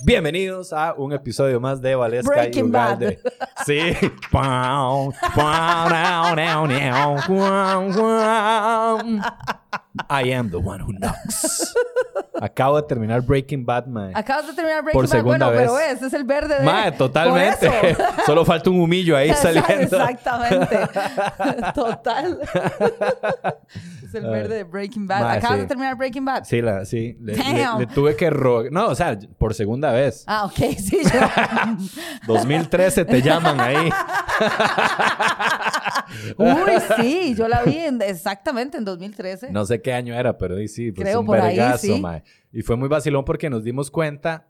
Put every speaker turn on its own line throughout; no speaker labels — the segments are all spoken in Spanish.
Bienvenidos a un episodio más de Valesca y
Breaking
Ugalde. Sí. Pam, pam, now, now, now, guam, guam. I am the one who knocks. Acabo de terminar Breaking Bad, mae.
Acabas de terminar Breaking
Por
Bad.
segunda
bueno, pero
vez.
ves, es el verde de.
Mae, totalmente.
Por eso.
Solo falta un humillo ahí saliendo.
Exactamente. Total. es el verde de Breaking Bad.
Ma,
Acabas
sí.
de terminar Breaking Bad.
Sí, la, sí. Le, le-
Damn.
le tuve que rogar. No, o sea, por segunda vez.
Ah, ok, sí, yo.
2013 te llaman ahí.
Uy, sí, yo la vi en- exactamente en 2013.
No sé qué año era, pero ahí sí, pues
Creo
un
por ahí,
vergazo,
sí.
mae. Y fue muy vacilón porque nos dimos cuenta,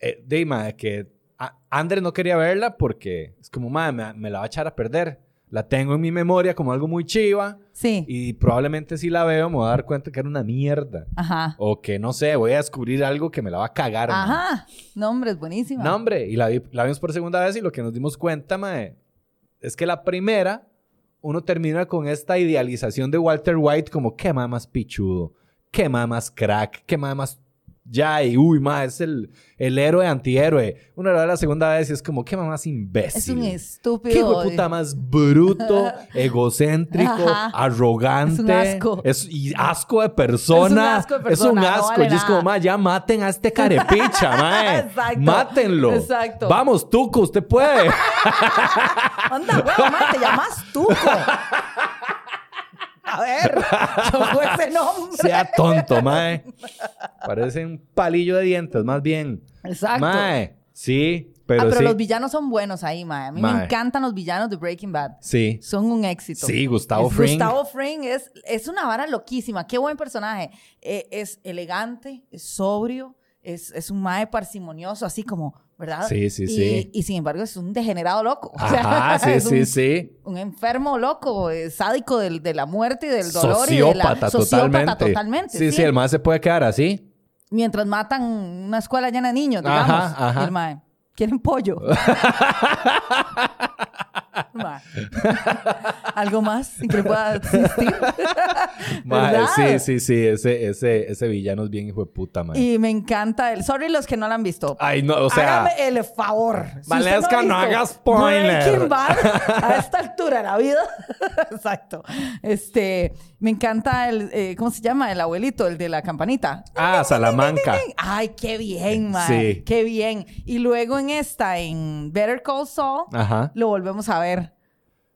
eh, de mae, que a- Andrés no quería verla porque es como, mae, me, me la va a echar a perder. La tengo en mi memoria como algo muy chiva
Sí.
y probablemente si la veo me voy a dar cuenta que era una mierda.
Ajá.
O que no sé, voy a descubrir algo que me la va a cagar. mae.
Ajá. No, hombre, es buenísima.
No, hombre, y la, vi- la vimos por segunda vez y lo que nos dimos cuenta, mae, es que la primera, uno termina con esta idealización de Walter White como, qué mae más pichudo, qué mae más crack, qué mae más ya, y uy, mae, es el, el héroe antihéroe. Uno la ve la segunda vez y es como, qué mae más imbécil.
es un estúpido.
Qué hijo de puta más bruto, egocéntrico,
eh. Ajá.
arrogante.
Es un asco.
Es- y asco de persona.
Es un asco de
Es un
persona, no
asco.
vale
y es como,
nada.
ma, ya maten a este carepicha, mae.
Exacto.
Mátenlo.
Exacto.
Vamos, Tuco, usted puede.
Anda, huevo, ma, te llamas Tuco. A ver, yo fue ese nombre.
sea tonto, mae. Parece un palillo de dientes, más bien.
Exacto.
Mae. Sí, pero,
ah, pero
sí.
los villanos son buenos ahí, mae. A mí
Mae.
me encantan los villanos de Breaking Bad.
Sí.
Son un éxito.
Sí, Gustavo
Es-
Fring.
Gustavo Fring es, es una vara loquísima. Qué buen personaje. Eh, es elegante, es sobrio, es, es un mae parsimonioso, así como, ¿verdad?
Sí, sí,
y,
sí.
Y sin embargo es un degenerado loco. O sea,
Ajá, sí,
es
sí,
un-
sí.
Un enfermo loco, eh, sádico del- de la muerte y del dolor y de la sociópata totalmente.
Sí, sí, el mae se puede quedar así.
Mientras matan una escuela llena de niños,
Ajá,
digamos.
ajá.
Y el mae, ¿quieren pollo? Mae. ¿Algo más que le pueda asistir?
Mae,
¿Verdad?
sí, sí, sí, ese, ese, ese villano es bien hijo de puta, mae.
Y me encanta el. Sorry los que no la han visto.
Ay, no, Ah, o sea,
Hágame el favor. Si usted
Valesca,
ha
no
visto
haga spoiler.
Breaking Bad, a esta altura de la vida. Exacto. Este, me encanta el, eh, ¿cómo se llama? El abuelito, el de la campanita.
ah, Salamanca.
Ay, qué bien, mae.
Eh, Sí.
Qué bien. Y luego en esta, en Better Call Saul,
Ajá.
lo volvemos a ver.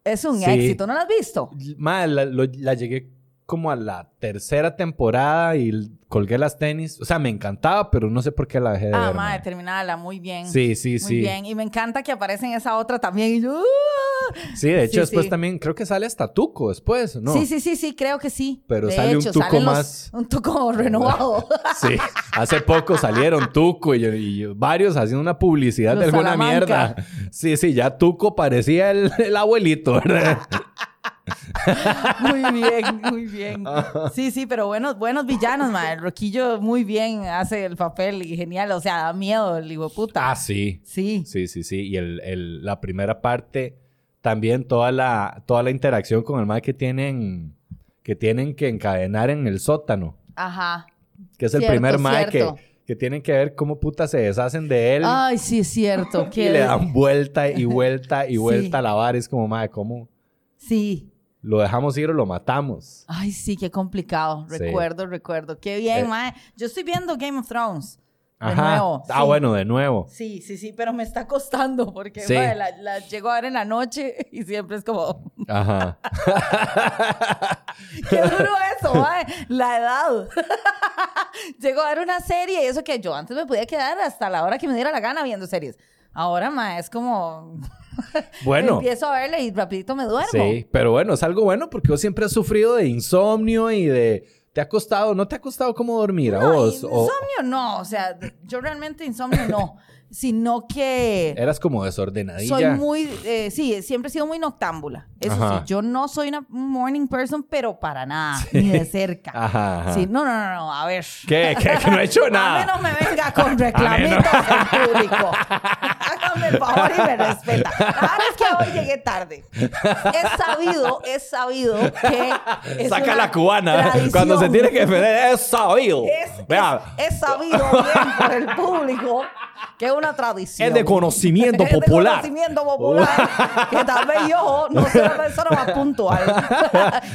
Es un
Sí.
éxito. ¿No lo has visto?
Mae, la, lo- la llegué como a la tercera temporada y l- colgué las tenis. O sea, me encantaba, pero no sé por qué la dejé de
Ah,
ver.
madre,
mae.
terminala. Muy bien.
Sí, sí,
Muy
sí.
bien. Y me encanta que aparece en esa otra también. Y yo, ¡ah!
Sí, de hecho,
Sí,
después
sí.
también creo que sale hasta Tuco después, ¿no?
Sí, sí, sí, sí, creo que sí.
Pero
De
sale un
hecho,
tuco
salen los-
más.
Un tuco renovado.
Sí. Hace poco salieron Tuco y, y varios haciendo una publicidad
Los
de alguna
Salamanca.
mierda. Sí, sí, ya Tuco parecía el, el abuelito, ¿verdad?
muy bien, muy bien. Sí, sí, pero buenos, buenos villanos, ma. El Roquillo muy bien hace el papel y genial. O sea, da miedo el hijo de puta.
Ah, sí.
Sí.
Sí, sí, sí. Y el, el- la primera parte, también toda la, toda la interacción con el mal que tienen, que tienen que encadenar en el sótano.
Ajá.
Que es el
Cierto,
primer mae que,
cierto.
que tienen que ver cómo puta se deshacen de él.
Ay, sí, es cierto.
y
que-
le dan vuelta y vuelta y
Sí.
vuelta a la vara. Es como, mae, ¿cómo
Sí.
lo dejamos ir o lo matamos?
Ay, sí, qué complicado.
Sí.
Recuerdo, recuerdo. Qué bien,
Eh.
mae. Yo estoy viendo Game of Thrones. De
Ajá.
nuevo.
Ah,
sí.
bueno, de nuevo.
Sí, sí, sí, pero me está costando porque
Sí.
mae, la, la llego a ver en la noche y siempre es como,
Ajá.
qué duro eso, mae, la edad. llego a ver una serie y eso que yo antes me podía quedar hasta la hora que me diera la gana viendo series. Ahora, mae, es como,
Bueno.
empiezo a verla y rapidito me duermo.
Sí, pero bueno, es algo bueno porque vos siempre has sufrido de insomnio y de... ¿Te ha costado? ¿No te ha costado cómo dormir a
No,
vos?
y
O-
insomnio no, o sea, yo realmente insomnio no. sino que
Eras como desordenadilla.
soy muy, eh, sí, siempre he sido muy noctámbula. Eso
Ajá.
sí, yo no soy una morning person, pero para nada, ni de cerca.
Ajá, ajá.
Sí, no, no, no, no, a ver.
¿Qué? ¿Qué? Que no he hecho
A mí
nada.
no me venga con reclamitos del público. Hágame el favor y me respeta. La verdad es que hoy llegué tarde. He sabido, he sabido que. es
Saca
una
la cubana. Cuando se
tradición.
tiene que defender, es sabido.
Es,
Vea,
es- es sabido bien por el público que es una tradición.
es de conocimiento
Es de
popular.
conocimiento popular. Que tal vez yo no soy una persona más puntual.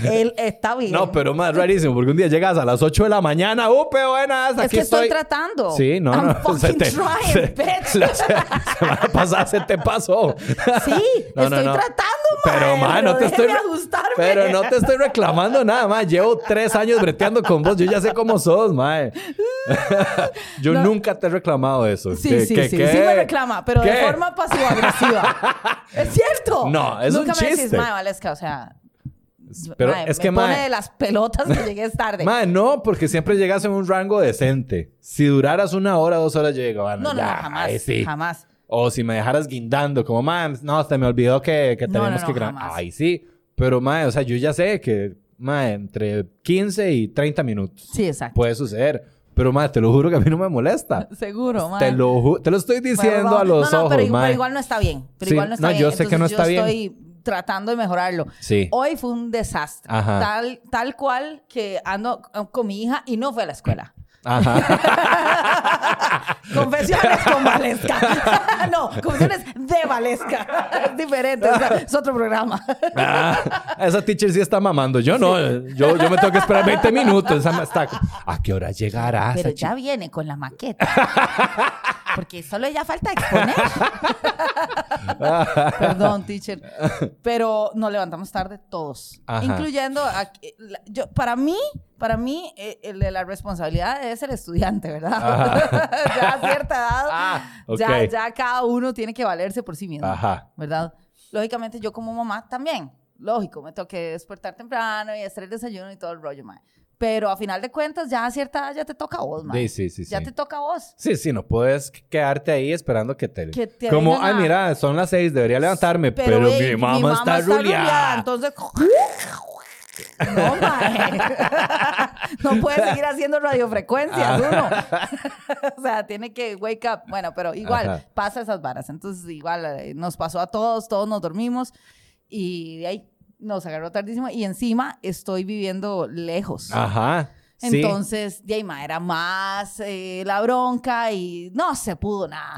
Él está bien.
No, pero más rarísimo, porque un día llegas a las 8 de la mañana, ¡upe, buenas!
Es
Aquí
que
estoy.
estoy tratando.
Sí, no,
I'm
no.
fucking
te-
trying,
se-
bitch.
la se- semana pasada se te pasó.
Sí,
No, no,
estoy
no.
tratando, mae.
Pero, ma, no te estoy.
déjeme ajustarme.
Pero no te estoy reclamando nada, ma. Llevo tres años breteando con vos. Yo ya sé cómo sos, ma. Yo
No.
nunca te he reclamado eso.
Sí,
¿Qué-
sí,
qué-
sí.
qué?
Sí me reclama, pero de
¿Qué?
forma pasivo-agresiva. ¿Es cierto?
No, es un
Nunca me decís,
chiste.
mae, Valesca, o sea...
pero
mae,
es
me
que, mae-
pone de las pelotas que llegues tarde.
Ma, no, porque siempre llegas en un rango decente. Si duraras una hora, dos horas, yo digo, bueno,
no, no,
ya,
no, jamás.
ahí sí.
Jamás.
O si me dejaras guindando, como, man, no, se me olvidó que, que
No,
tenemos
no, no,
que grabar.
jamás.
Ay, sí. Pero, man, o sea, yo ya sé que, man, entre 15 y 30 minutos
Sí, exacto.
puede suceder. Pero, man, te lo juro que a mí no me molesta.
Seguro, mae.
Te lo, ju- te lo estoy diciendo
Pero no,
a los
no, no,
ojos,
pero,
man.
igual, pero igual no está bien. Pero
Sí,
igual no está
no,
bien.
yo sé que no
Entonces,
está bien.
Yo estoy tratando de mejorarlo.
Sí.
Hoy fue un desastre.
Ajá.
Tal, tal cual que ando con mi hija y no fue a la escuela.
Ajá.
Confesiones con Valesca. no, confesiones de Valesca. Es diferente, o sea, es otro programa.
Ah, esa teacher sí está mamando. Yo no. Yo, yo me tengo que esperar 20 minutos. Esa ma está... ¿A qué hora llegará?
Pero
esa
ya viene con la maqueta. Porque solo ya falta exponer. Perdón, teacher. Pero nos levantamos tarde todos.
Ajá.
Incluyendo a- la- yo, para mí, para mí, eh, el de la responsabilidad es el estudiante, ¿verdad? ya a cierta edad,
Ah, ok.
ya, ya cada uno tiene que valerse por sí mismo.
Ajá.
¿verdad? Lógicamente yo como mamá también, lógico, me tengo que despertar temprano y hacer el desayuno y todo el rollo, mae. Pero a final de cuentas ya a cierta edad ya te toca a vos, mae.
Sí, sí, sí,
ya
sí.
te toca a vos.
Sí, sí, no puedes quedarte ahí esperando que te...
Que te
como,
vengan
ay,
a-
mira, son las seis, debería levantarme, pero,
ey,
mi, mamá está
ruleada,
ruleada.
Entonces... No, mae. no puedes seguir haciendo
Ah.
radiofrecuencias uno. o sea, tiene que wake up. Bueno, pero igual
Ajá.
pasa esas varas. Entonces, igual eh, nos pasó a todos, todos nos dormimos y de ahí nos agarró tardísimo. Y encima estoy viviendo lejos.
Ajá. sí.
Entonces, de ahí, ma, era más eh, la bronca y no se pudo nada.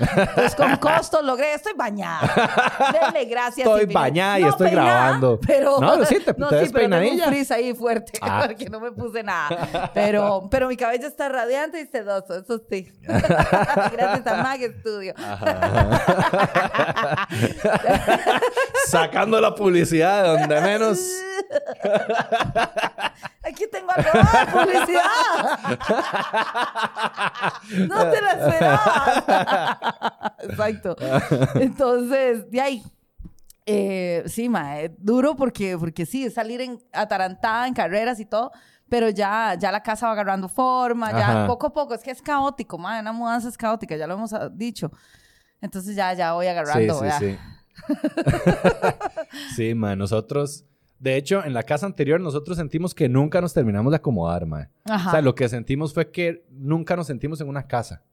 Entonces, con costos logré, estoy bañada. Denle gracias.
Estoy
infinito.
bañada y estoy grabando.
Pero,
No, sí, te- te ves
pero tengo un
peinadilla.
frizz ahí fuerte
Ah.
porque no me puse nada. Pero, pero mi cabello está radiante y sedoso, eso sí. gracias a Mag Studio.
Sacando la publicidad de donde menos.
Aquí tengo acabada publicidad. no te la esperaba. Exacto. Entonces, de ahí. Eh, sí, mae, duro porque, porque sí, es salir en, atarantada en carreras y todo, pero ya, ya la casa va agarrando forma, ya
Ajá.
poco a poco, es que es caótico, mae, una mudanza es caótica, ya lo hemos ah, dicho. Entonces ya, ya voy
Sí,
agarrando,
sí,
¿verdad?
sí. sí, ma, nosotros... De hecho, en la casa anterior nosotros sentimos que nunca nos terminamos de acomodar, ma.
Ajá.
O sea, lo que sentimos fue que nunca nos sentimos en una casa.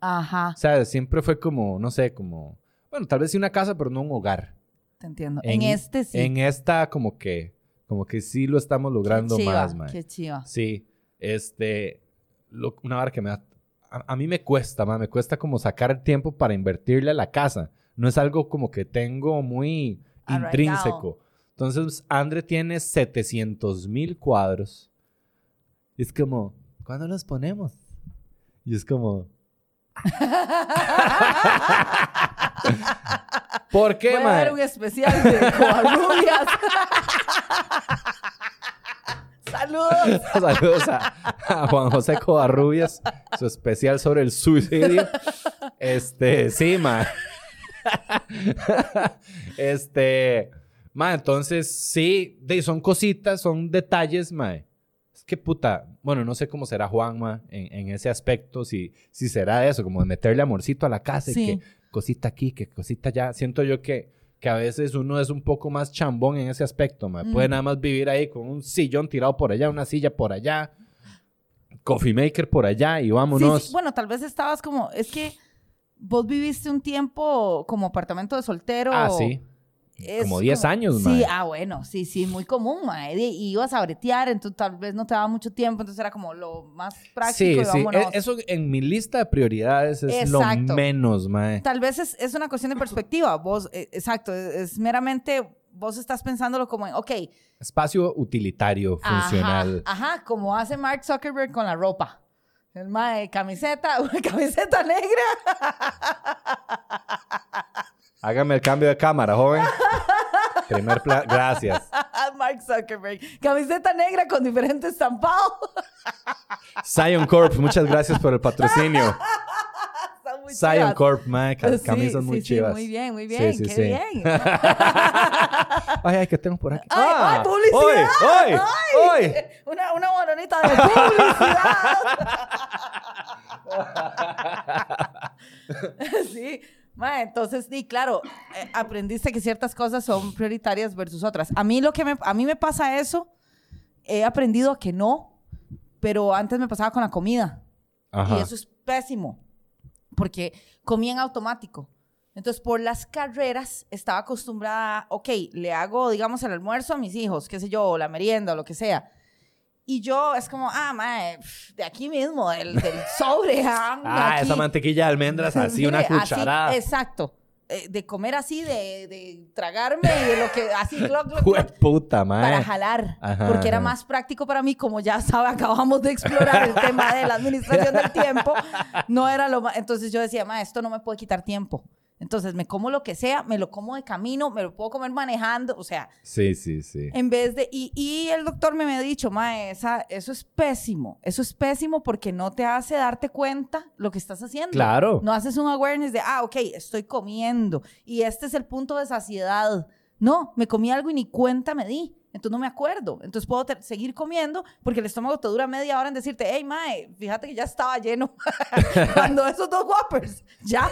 Ajá,
O sea, siempre fue como, no sé, como... Bueno, tal vez sí una casa, pero no un hogar.
te entiendo. En,
En-
este sí.
En esta como que, como que sí lo estamos logrando
qué chiva,
más, mae.
Qué chiva.
Sí, este, lo- una vara que me da, a, a mí me cuesta, mae, me cuesta como sacar el tiempo para invertirle a la casa. No es algo como que tengo muy
Arraigado.
intrínseco. Entonces, Andre tiene 700 mil cuadros. Y es como, ¿cuándo los ponemos? Y es como... ¿Por qué,
Voy a
mae?
ver un especial de Covarrubias. Saludos.
Saludos a, a Juan José Covarrubias, su especial sobre el suicidio. Este, sí, ma. Este, ma, entonces sí, de, son cositas, son detalles, ma. es que puta, bueno, no sé cómo será Juanma en, en ese aspecto, si, si será eso, como de meterle amorcito a la casa y
Sí.
que cosita aquí, que cosita allá. Siento yo que, que a veces uno es un poco más chambón en ese aspecto, ma. Puede
Mm.
nada más vivir ahí con un sillón tirado por allá, una silla por allá, coffee maker por allá y
Sí,
vámonos.
sí, Bueno, tal vez estabas como, es que vos viviste un tiempo como apartamento de soltero.
ah, sí.
Es
Como 10 años,
Sí,
mae.
ah, bueno, sí, sí, muy común, mae. Y- y ibas a bretear, entonces tal vez no te daba mucho tiempo, entonces era como lo más práctico y
sí, sí. E-
vámonos.
Eso en mi lista de prioridades es
Exacto.
lo menos, mae.
Tal vez es, es una cuestión de perspectiva. Vos, eh, exacto, es, es meramente, vos estás pensándolo como en, ok,
Espacio utilitario, funcional.
Ajá, ajá, como hace Mark Zuckerberg con la ropa. El mae, camiseta, una camiseta negra.
Hágame el cambio de cámara, joven. Primer pla- Gracias.
Mark Zuckerberg. Camiseta negra con diferente estampado.
Zion Corp, muchas gracias por el patrocinio.
Está muy
Zion
chivas.
Corp, mae, ca-
Sí,
camisas muy
sí, sí,
chivas.
muy bien, muy bien.
Sí, sí,
qué
sí.
bien.
Ay, ay, que tengo por aquí.
¡Ay, ay, publicidad!
¡Ay, ay, ay!
Una, una boronita de publicidad. sí. Ma, entonces, sí, claro, eh, aprendiste que ciertas cosas son prioritarias versus otras. A mí lo que me, a mí me pasa eso, he aprendido a que no, pero antes me pasaba con la comida.
Ajá.
Y eso es pésimo, porque comía en automático. Entonces, por las carreras estaba acostumbrada, a, ok, le hago, digamos, el almuerzo a mis hijos, qué sé yo, o la merienda, o lo que sea. Y yo es como, ah, mae, pf, de aquí mismo, del, del sobre. ah,
Ah,
aquí.
esa mantequilla de almendras, así, una
Mire,
cucharada.
exacto. Eh, de comer así, de, de tragarme y de lo que, así, gloc, gloc, gloc,
Puta, mae.
para jalar,
Eh, Ajá,
porque era
ajá.
más práctico para mí, como ya sabe, acabamos de explorar el tema de la administración del tiempo, no era lo más, entonces yo decía, ma, esto no me puede quitar tiempo, entonces me como lo que sea, me lo como de camino, me lo puedo comer manejando, o sea,
Sí, sí, sí.
en vez de, y, y el doctor me había dicho, ma, esa, eso es pésimo, eso es pésimo porque no te hace darte cuenta lo que estás haciendo.
Claro.
No haces un awareness de, ah, ok, estoy comiendo y este es el punto de saciedad. No, me comí algo y ni cuenta me di. Entonces no me acuerdo. Entonces puedo te- seguir comiendo porque el estómago te dura media hora en decirte, hey, mae, fíjate que ya estaba lleno cuando esos dos Whoppers, ya.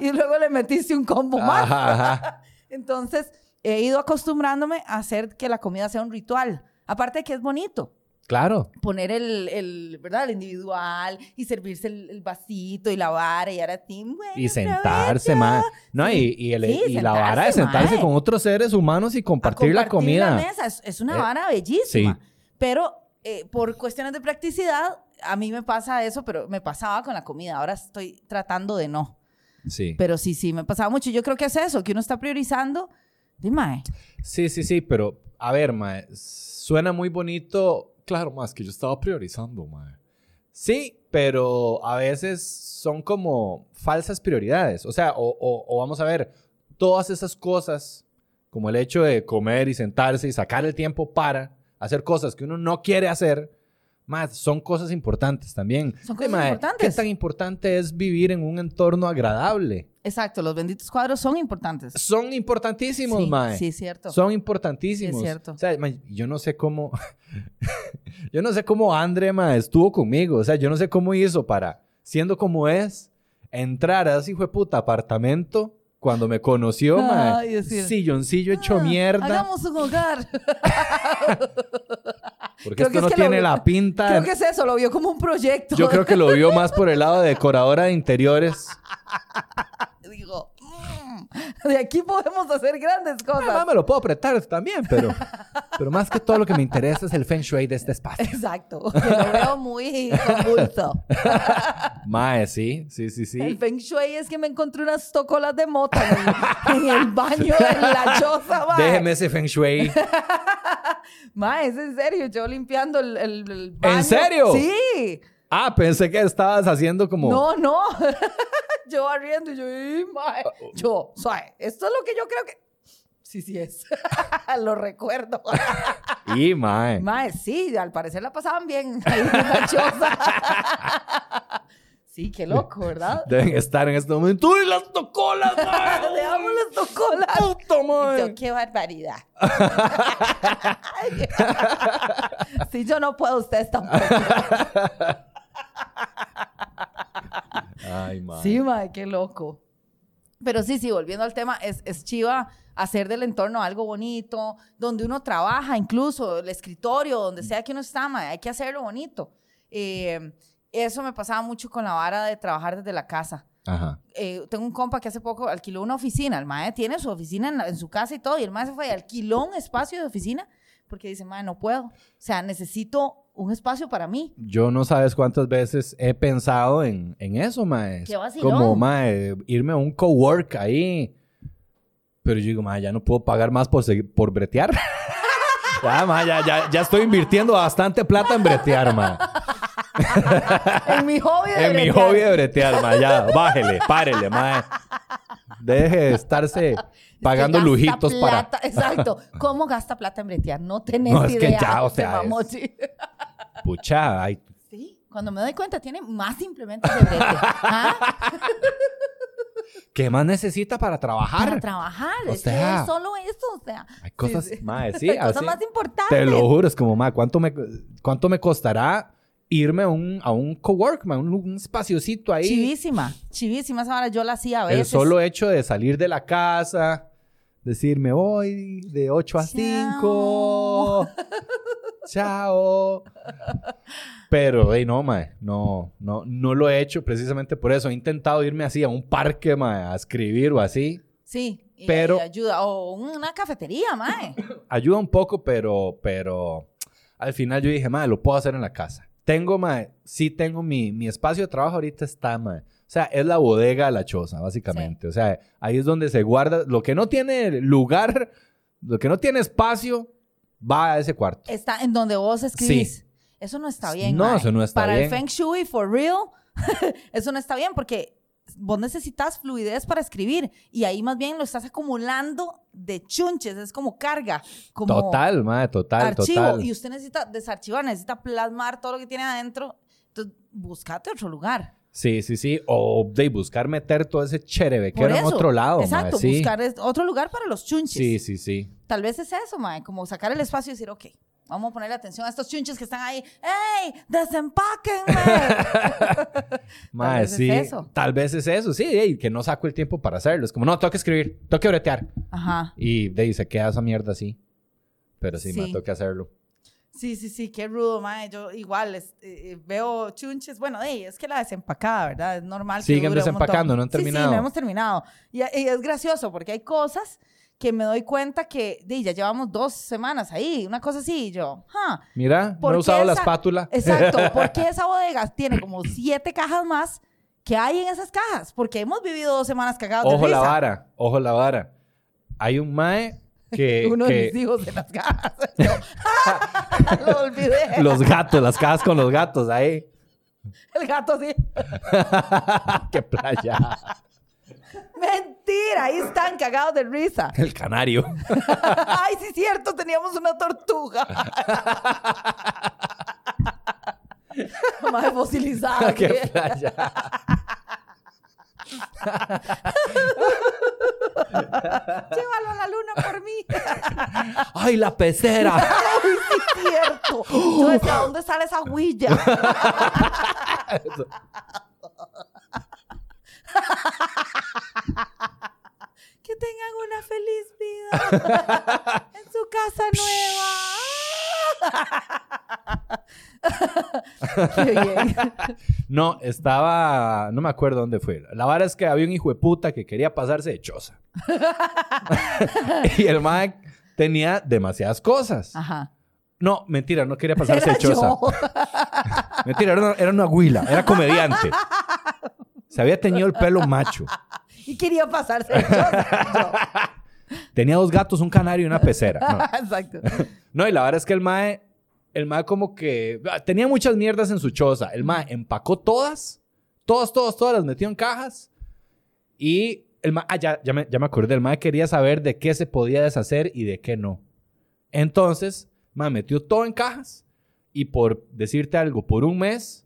y luego le metiste un combo más.
Ajá, ajá.
Entonces he ido acostumbrándome a hacer que la comida sea un ritual. Aparte de que es bonito
Claro.
poner el, el, ¿verdad? El individual y servirse el, el vasito y la vara y ahora sí, bueno,
Y sentarse, mae. No, y, y, el-
Sí,
y la vara de
sentarse,
sentarse
mae.
con otros seres humanos y
a
compartir, la comida.
la mesa. Es, es una
Eh,
vara bellísima.
sí.
Pero eh, por cuestiones de practicidad, a mí me pasa eso, pero me pasaba con la comida. Ahora estoy tratando de no.
Sí.
Pero sí, sí, me pasaba mucho. Yo creo que es eso, que uno está priorizando. Dime,
Sí, sí, sí, pero a ver, mae, suena muy bonito. Claro, más que yo estaba priorizando, mae. Sí, pero a veces son como falsas prioridades. O sea, o, o- o vamos a ver, todas esas cosas, como el hecho de comer y sentarse y sacar el tiempo para hacer cosas que uno no quiere hacer, más son cosas importantes también.
Son
Sí,
cosas importantes.
¿Qué tan importante es vivir en un entorno agradable?
exacto, los benditos cuadros son importantes.
Son importantísimos,
sí,
mae.
sí, cierto.
Son importantísimos.
Es cierto.
O sea, ma, yo no sé cómo. yo no sé cómo Andre, ma, estuvo conmigo. O sea, yo no sé cómo hizo para, siendo como es, entrar a ese hijo de puta apartamento cuando me conoció, ma.
Ay, es cierto.
Silloncillo hecho
Ah,
mierda.
Hagamos un hogar.
Porque
creo
esto
que es
no
que lo
tiene
vi-
la pinta.
Creo que es eso, lo vio como un proyecto.
Yo creo que lo vio más por el lado de decoradora de interiores.
Digo, "Mm, de aquí podemos hacer grandes
Ah,
cosas.
me lo puedo apretar también, pero, pero más que todo lo que me interesa es el feng shui de este espacio.
Exacto, que lo veo muy convulso.
Mae, sí, sí, sí,
El
sí.
feng shui es que me encontré unas tocolas de mota en el, en el baño de la choza, mae.
Déjeme ese feng shui.
Mae, es en serio, yo limpiando el, el- el baño.
serio?
Sí.
Ah, pensé que estabas haciendo como.
No, no. yo barriendo y yo, "Ey,
Ah,
mae".
oh.
Yo, suave, esto es lo que yo creo que... Sí, sí es. lo recuerdo. ah,
Y mae.
Mae, sí, al parecer la pasaban bien ahí en la choza. sí, qué loco, ¿verdad?
Deben estar en este momento. ¡Uy, las tocolas, mae!
Le damos las tocó dólares.
puto,
Y
mae.
yo, qué barbaridad. si yo no puedo, ustedes tampoco.
Ay, mae.
Sí, madre, qué loco. Pero sí, sí, volviendo al tema, es, es chiva hacer del entorno algo bonito, donde uno trabaja, incluso el escritorio, donde sea que uno está, mae, hay que hacerlo bonito. Eh, eso me pasaba mucho con la vara de trabajar desde la casa.
Ajá.
Eh, tengo un compa que hace poco alquiló una oficina, el mae tiene su oficina en, la- en su casa y todo, y el mae se fue y alquiló un espacio de oficina porque dice, mae, no puedo. O sea, necesito un espacio para mí.
Yo no sabes cuántas veces he pensado en, en eso, mae.
Qué vacilón.
Como, mae, irme a un cowork ahí. Pero yo digo, mae, ya no puedo pagar más por, segui- por bretear. ya, mae, ya, ya, ya estoy invirtiendo bastante plata en bretear, mae.
En mi hobby de
En mi
bretear.
hobby de bretear, mae. Ya, bájele, párele, mae. Deje de estarse pagando
que gasta
lujitos para...
plata. Exacto. ¿Cómo gasta plata en bretear? No tenés
No, es que
idea. este
ya, o
José
sea, es-
Mamochi.
Pucha, ay,
Sí, cuando me doy cuenta tiene más implementos de brete. ¿Ah?
¿qué más necesita para trabajar?
Para trabajar.
O
es que
sea,
es solo eso, o sea.
Hay cosas,
sí.
mae, sí,
hay cosas
así.
más importantes.
Te lo juro, es como, ma, ¿cuánto me, cuánto me costará irme a un, a un cowork, ma? Un, un espaciocito ahí.
Chivísima, chivísima esa vara yo la hacía a
El
veces.
solo hecho de salir de la casa, decir, me voy de 8 a
Chao.
5. Chao. Pero, hey, no, ma, no, no, no lo he hecho precisamente por eso. He intentado irme así a un parque, ma, a escribir o así.
Sí, y-
Pero-
y ayuda o una cafetería, mae.
ayuda un poco, pero, pero al final yo dije, madre, lo puedo hacer en la casa. Tengo, madre, sí tengo mi, mi espacio de trabajo ahorita está, madre. O sea, es la bodega de la choza, básicamente. O sea, ahí es donde se guarda. Lo que no tiene lugar, lo que no tiene espacio, va a ese cuarto.
Está en donde vos escribís. Eso no está bien.
No,
mae.
eso no está
para
bien.
el Feng Shui, for real, eso no está bien porque vos necesitas fluidez para escribir y ahí más bien lo estás acumulando de chunches, es como carga, como
total, madre, total,
archivo.
total.
Y usted necesita desarchivar, necesita plasmar todo lo que tiene adentro. Entonces, buscate otro lugar.
Sí, sí, sí. O de buscar meter todo ese
Por
cherebequero en
eso.
otro lado, mae,
Exacto,
sí.
buscar es- otro lugar para los chunches.
Sí, sí, sí.
Tal vez es eso, mae, como sacar el espacio y decir, ok, vamos a ponerle atención a estos chunches que están ahí. ¡Ey! ¡Desempáquenme!
Mae,
vez es
sí.
eso.
Tal vez es eso, sí, ey, que no saco el tiempo para hacerlo. Es como, no, tengo que escribir, tengo que bretear.
Ajá.
Y de ahí se queda esa mierda así. Pero sí, me
Sí.
toca hacerlo.
Sí, sí, sí, qué rudo, mae. Yo igual es- eh, eh, veo chunches. Bueno, ey, es que la desempacada, ¿verdad? Es normal. que
Siguen
dure un
desempacando,
montón.
no han
Sí, sí,
terminado.
no hemos terminado. Y, y es gracioso porque hay cosas que me doy cuenta que di, ya llevamos dos semanas ahí, una cosa así. Y yo, ja,
Mira, no he
¿Por qué
usado la
esa-
espátula.
exacto. ¿Por qué esa bodega tiene como siete cajas más que hay en esas cajas? Porque hemos vivido dos semanas cagados de
Ojo la
risa.
vara, ojo la vara. Hay un mae que,
Uno
que
de mis hijos en las cajas. Yo, "Ah, lo olvidé.
los gatos, las cajas con los gatos ahí.
El gato así.
¡Qué playa!
Mentira, ahí están cagados de risa.
El canario.
Ay, sí, cierto, teníamos una tortuga. Más fosilizada.
¡Qué
que-
playa!
Llévalo a la luna por mí.
¡Ay, la pecera!
Ay, sí, cierto. Yo decía, ¿dónde sale esa huilla? Que tengan una feliz vida en su casa nueva. Qué bien.
No, estaba... No me acuerdo dónde fue. La vara es que había un hijo de puta que quería pasarse de choza. y el mae tenía demasiadas cosas.
Ajá.
No, mentira, no quería pasarse
Ah. Era
de choza.
yo.
Mentira, era una, era una huila, era comediante. Se había teñido el pelo macho.
Y quería pasarse de choza.
Tenía dos gatos, un canario y una pecera.
Yo. Exacto.
No, no y la verdad es que el mae, el mae como que ah, tenía muchas mierdas en su choza. El mae empacó todas, todas, todas, todas las metió en cajas. Y el mae, ah, ya, ya, me, ya me acordé, el mae quería saber de qué se podía deshacer y de qué no. Entonces, mae metió todo en cajas y por decirte algo, por un mes,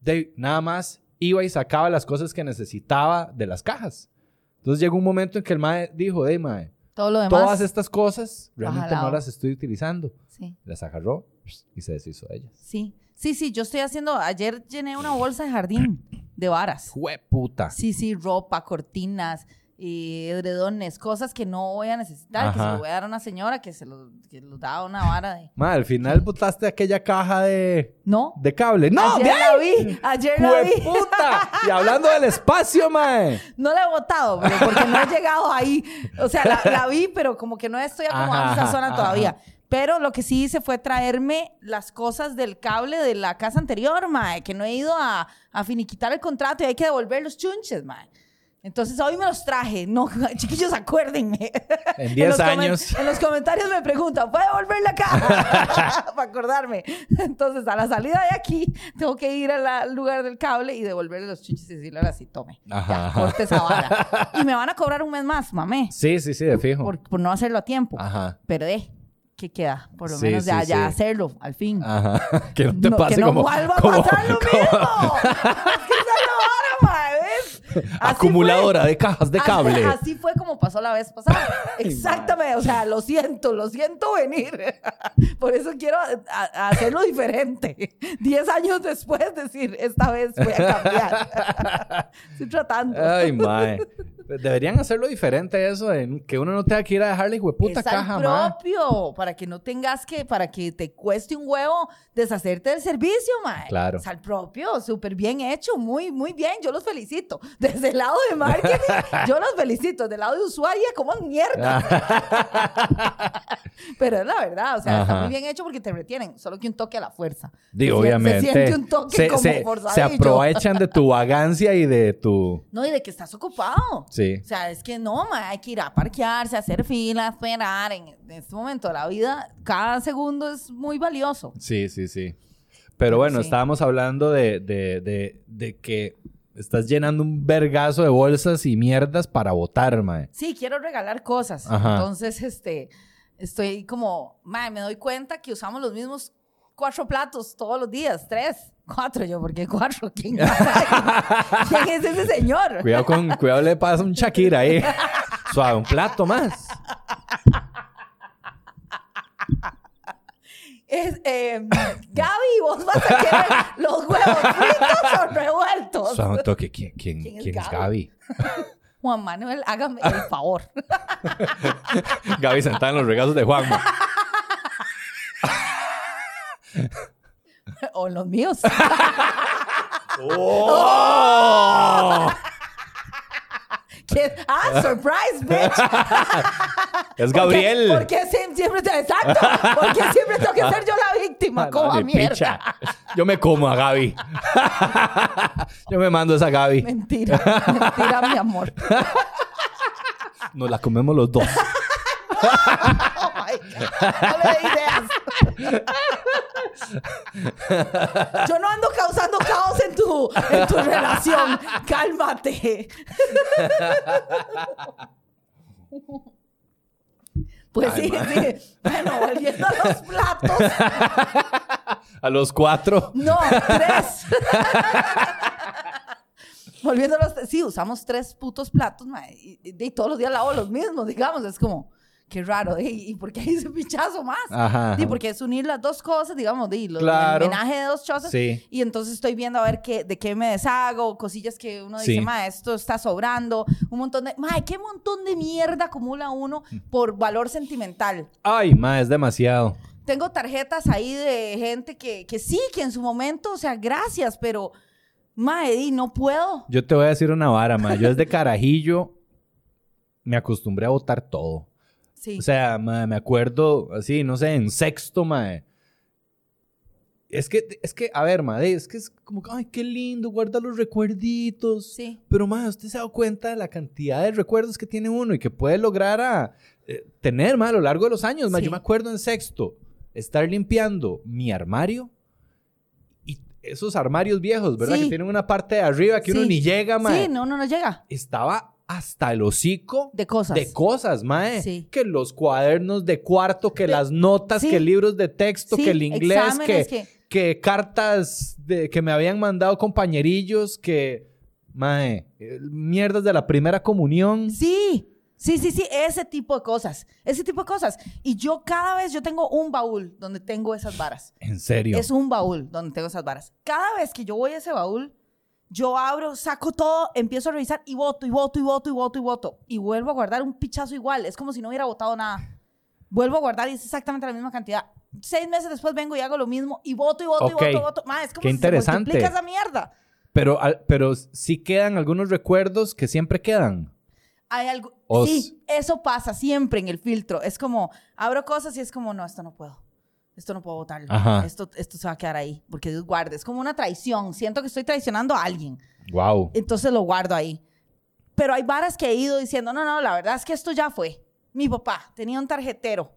de, nada más iba y sacaba las cosas que necesitaba de las cajas. Entonces llegó un momento en que el mae dijo, hey mae,
Todo lo demás.
todas estas cosas realmente
Ojalá.
no las estoy utilizando.
Sí.
Las agarró y se deshizo de ellas.
Sí. Sí, sí, yo estoy haciendo. Ayer llené una bolsa de jardín de varas.
¡Jueputa!
Sí, sí, ropa, cortinas, eh, edredones, cosas que no voy a necesitar, que se
Ajá.
lo voy a dar a una señora que se lo, que lo da a una vara de.
Mae, al final botaste aquella caja de,
No.
de cable. ¡No!
ayer
¡De
la vi, ayer la vi.
¡Jueputa! Y hablando del espacio, mae.
No la he votado, pero porque no he llegado ahí. O sea, la, la vi, pero como que no estoy acomodando
Ajá,
esa zona
ajá.
todavía. Pero lo que sí hice fue traerme las cosas del cable de la casa anterior, mae, que no he ido a, a finiquitar el contrato y hay que devolver los chunches, mae. Entonces hoy me los traje. No, chiquillos, acuérdenme.
En
En
10
los comen-
años.
En los comentarios me preguntan, ¿puedo volver la caja? Para acordarme. Entonces, a la salida de aquí, tengo que ir al la- lugar del cable y devolverle los chinches y decirle ahora sí, tome. Ya,
Ajá.
corte esa vara. Y me van a cobrar un mes más, mamé,
Sí, sí, sí, de fijo.
por, por no hacerlo a tiempo.
Ajá.
Pero, eh, ¿qué queda? Por lo
Ah. Sí,
menos ya,
sí,
ya
sí.
hacerlo, al fin.
Ajá. Que no te
No,
pase
que no
como.
vuelva a
como-
pasar lo
como
mismo. es que esa es la vara, mae, ¿ves? Así fue.
acumuladora de cajas de cable.
Así, así fue como pasó la vez pasada. Exactamente, o sea, lo siento, lo siento venir. Por eso quiero a- a- hacerlo diferente. Diez años después decir, esta vez voy a cambiar. Estoy tratando.
Ay, mae. Deberían hacerlo diferente eso, en que uno no tenga que ir a dejarle hueputa
es al
caja, mae.
propio, para que no tengas que, para que te cueste un huevo deshacerte del servicio, mae.
Claro.
Es al propio, súper bien hecho, muy, muy bien, yo los felicito. Desde el lado de marketing, yo los felicito. Del lado de usuaria, como mierda. Pero es la verdad, o sea, está
Ajá.
muy bien hecho porque te retienen, solo que un toque a la fuerza.
Digo,
Se sien-
obviamente.
Se siente un toque
se-
como
se- se
forzadillo.
aprovechan de tu vagancia y de tu.
No, y de que estás ocupado.
Sí.
O sea, es que no, ma, hay que ir a parquearse, hacer fila, esperar. En, en este momento de la vida, cada segundo es muy valioso.
Sí, sí, sí. Pero bueno,
Sí.
estábamos hablando de, de, de, de que estás llenando un vergazo de bolsas y mierdas para votar, mae.
Sí, quiero regalar cosas.
Ajá.
Entonces, este, estoy como, ma, me doy cuenta que usamos los mismos cuatro platos todos los días, tres, cuatro. Yo, ¿por qué cuatro? ¿Quién, ¿Quién es ese señor?
Cuidado con, cuidado le pasa un Shakira ahí. Suave, un plato más.
Es, eh, Gaby, ¿vos vas a querer los huevos fritos o revueltos?
Suave, un toque. ¿Quién, quién,
¿Quién es
quién es Gaby?
Gaby? Juan Manuel, hágame el favor.
Gaby sentada en los regazos de Juanma.
o los míos.
¡Oh!
¿Qué? Ah, surprise, bitch.
Es
¿Por qué-
Gabriel.
¿Por qué sie- siempre te exacto? ¿Por qué siempre tengo que ser yo la víctima?
Ah,
Como
no, ni
mierda.
picha. Yo me como a Gaby. Yo me mando esa Gaby.
Mentira, mentira, mi amor.
Nos la comemos los dos.
Oh my God. No le dé ideas. Yo no ando causando caos en tu, en tu relación. Cálmate. Pues sí, sí. Bueno, volviendo a los platos.
A los cuatro.
No, tres. Volviendo a los... Sí, usamos tres putos platos, mae, y, y- y todos los días lavo los mismos, digamos. Es como, qué raro. ¿eh? ¿Y, y por qué hice pichazo más?
Ajá.
Sí, porque es unir las dos cosas, digamos, de los
Claro.
el homenaje de dos cosas.
Sí.
Y entonces estoy viendo a ver qué, de qué me deshago, cosillas que uno dice,
Sí.
ma, esto está sobrando, un montón de, ma, qué montón de mierda acumula uno
Mm.
por valor sentimental.
Ay, ma, es demasiado.
Tengo tarjetas ahí de gente que, que sí, que en su momento, o sea, gracias, pero mae, di, no puedo.
Yo te voy a decir una vara, ma. Yo desde carajillo me acostumbré a votar todo.
Sí.
O sea, ma, me acuerdo así, no sé, en sexto, ma. Es que, es que, a ver, ma, es que es como, que, ay, qué lindo, guarda los recuerditos.
sí.
Pero más, usted se ha dado cuenta de la cantidad de recuerdos que tiene uno y que puede lograr a, eh, tener más a lo largo de los años. Más,
Sí.
yo me acuerdo en sexto estar limpiando mi armario y esos armarios viejos, ¿verdad?
Sí.
Que tienen una parte de arriba que uno
Sí.
ni llega, mae.
Sí, no, no nos llega.
Estaba hasta el hocico
De cosas.
de cosas, mae.
Sí.
Que los cuadernos de cuarto, que las notas,
sí.
que libros de texto,
Sí,
que el inglés,
exámenes
que, que cartas de, que me habían mandado compañerillos, que... mae, eh, mierdas de la primera comunión.
Sí, sí, sí, sí, ese tipo de cosas, ese tipo de cosas. Y yo cada vez, yo tengo un baúl donde tengo esas varas.
En serio.
Es un baúl donde tengo esas varas. Cada vez que yo voy a ese baúl, yo abro, saco todo, empiezo a revisar y voto, y voto, y voto, y voto, y voto. Y vuelvo a guardar un pichazo igual. Es como si no hubiera votado nada. Vuelvo a guardar y es exactamente la misma cantidad. Seis meses después vengo y hago lo mismo y voto, y voto,
Ok.
y voto, voto. Ma, es como
Qué
si
interesante.
se multiplica esa mierda.
Pero, al- pero sí quedan algunos recuerdos que siempre quedan.
Hay algo...
Os.
Sí, eso pasa siempre en el filtro. Es como, abro cosas y es como, no, esto no puedo. Esto no puedo votarlo.
Ajá.
Esto, esto se va a quedar ahí, porque Dios guarde. Es como una traición. Siento que estoy traicionando a alguien.
Wow.
Entonces lo guardo ahí. Pero hay varas que he ido diciendo, no, no, la verdad es que esto ya fue. Mi papá tenía un tarjetero,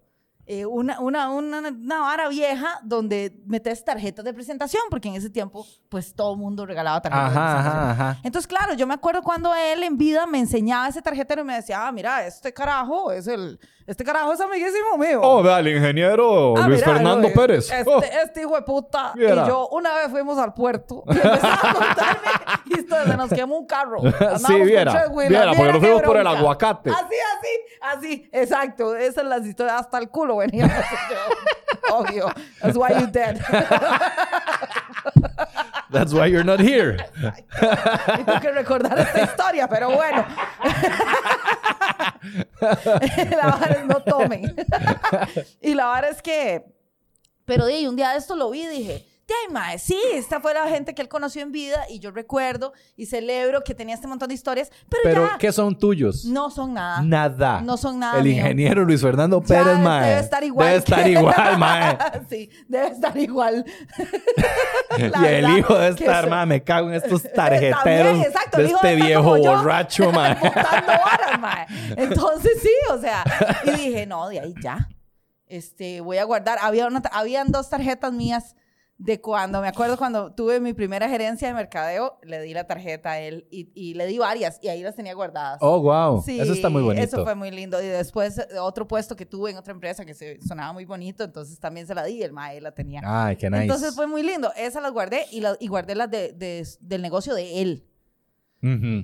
eh, una, una, una, una vara vieja donde metes tarjetas de presentación, porque en ese tiempo, pues todo el mundo regalaba tarjetas de
Ajá,
presentación.
ajá, ajá.
Entonces, claro, yo me acuerdo cuando él en vida me enseñaba ese tarjetero y me decía, ah, mira, este carajo es el, este carajo es amiguísimo mío.
Oh, vea, el ingeniero
Ah, mira, eh, Este,
Oh,
este hijo de puta.
Viera.
Y yo, una vez fuimos al puerto y empezaba a contarme historias. Se nos quemó un carro. Andábamos
Sí,
con
viera,
tres güilas.
viera, porque nos
qué
fuimos por el
bronca.
aguacate.
Así, así, así. Exacto. Esas son las historias. Hasta el culo venía. Yo, Obvio. That's why you dead.
That's why you're not here.
Y tengo que recordar esta historia, pero bueno. la vara es no tomen. y la vara es que. Pero de ahí, un día de esto lo vi y dije. "Te ay, mae, sí, esta fue la gente que él conoció en vida y yo recuerdo y celebro que tenía este montón de historias, pero,
Pero,
ya
¿qué son tuyos?
no son nada.
Nada.
No son nada
El
mío.
ingeniero Luis Fernando
Ya
Pérez, mae.
Debe estar igual.
Debe
que-
estar igual, mae.
sí, debe estar igual. La
y el
verdad
hijo de
que
esta
eso-
hermana, me cago en estos tarjeteros
También, exacto,
de
el hijo
este
esta
viejo
como yo,
borracho, mae.
botando varas, mae. Entonces sí, o sea, y dije, no, de ahí ya. Este, voy a guardar. Había una, ta- habían dos tarjetas mías de cuando, me acuerdo cuando tuve mi primera gerencia de mercadeo, le di la tarjeta a él y, y le di varias y ahí las tenía guardadas.
Oh, wow.
Sí,
eso está muy bonito.
Eso fue muy lindo. Y después eh, otro puesto que tuve en otra empresa que se sonaba muy bonito, entonces también se la di y el mae la tenía.
Ay, qué Ah, nice.
Entonces fue muy lindo. Esas las guardé y, las- y guardé las de- de- del negocio de él.
Ujú.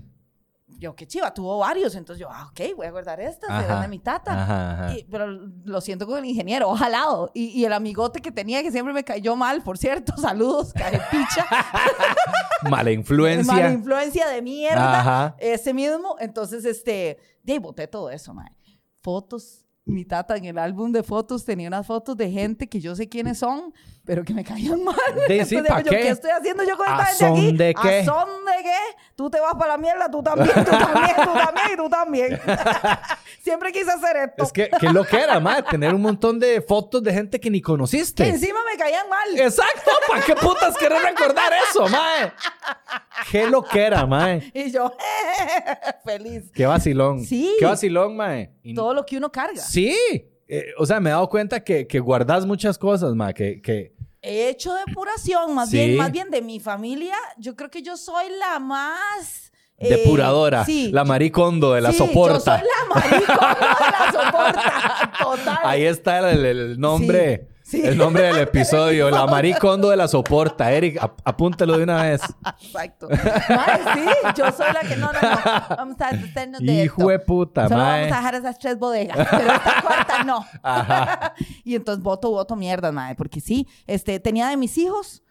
Yo, qué chiva, tuvo varios. Entonces yo, ah, ok, voy a guardar estas,
Ajá.
se dan de mi tata.
Ajá, ajá.
Y- pero lo siento con el ingeniero, ojalá. Y, y el amigote que tenía, que siempre me cayó mal, por cierto, saludos, carepicha.
Mala influencia.
Mala influencia de mierda.
Ajá.
Ese mismo. Entonces, este, de ahí boté todo eso, mae. Fotos. Mi tata en el álbum de fotos tenía unas fotos de gente que yo sé quiénes son, pero que me caían mal.
De- sí,
Entonces,
¿pa'
yo,
qué?
estoy haciendo yo con
¿A
esta gente aquí?
son de qué?
¿A son de qué? Tú te vas para la mierda, tú también, tú también, tú también y tú también. Siempre quise hacer esto.
Es que, qué lo que era, mae, tener un montón de fotos de gente que ni
Que
conociste.
encima me caían mal.
Exacto, ¿para qué putas querés recordar eso, mae? Qué lo que era, mae.
Y yo, feliz.
Qué vacilón.
Sí.
Qué vacilón, mae. Y-
Todo lo que uno carga.
Sí. Eh, o sea, me he dado cuenta que, que guardas muchas cosas, mae. Que, que...
He hecho depuración, más
Sí.
bien, más bien de mi familia. Yo creo que yo soy la más eh,
Depuradora.
sí.
La maricondo de la
Sí,
soporta.
Yo soy la maricona de la soporta. Total.
Ahí está el, el- el nombre.
Sí, sí.
El nombre del episodio. la maricondo de la soporta. Eric, ap- apúntelo de una vez.
Exacto. Mae, sí, yo soy la que no, no, no. Vamos a deshacernos de
Hijo de
esto.
puta,
Solo
mae.
vamos a dejar esas tres bodegas, pero esta cuarta no. y entonces voto, voto mierda, madre, porque sí, este, tenía de mis hijos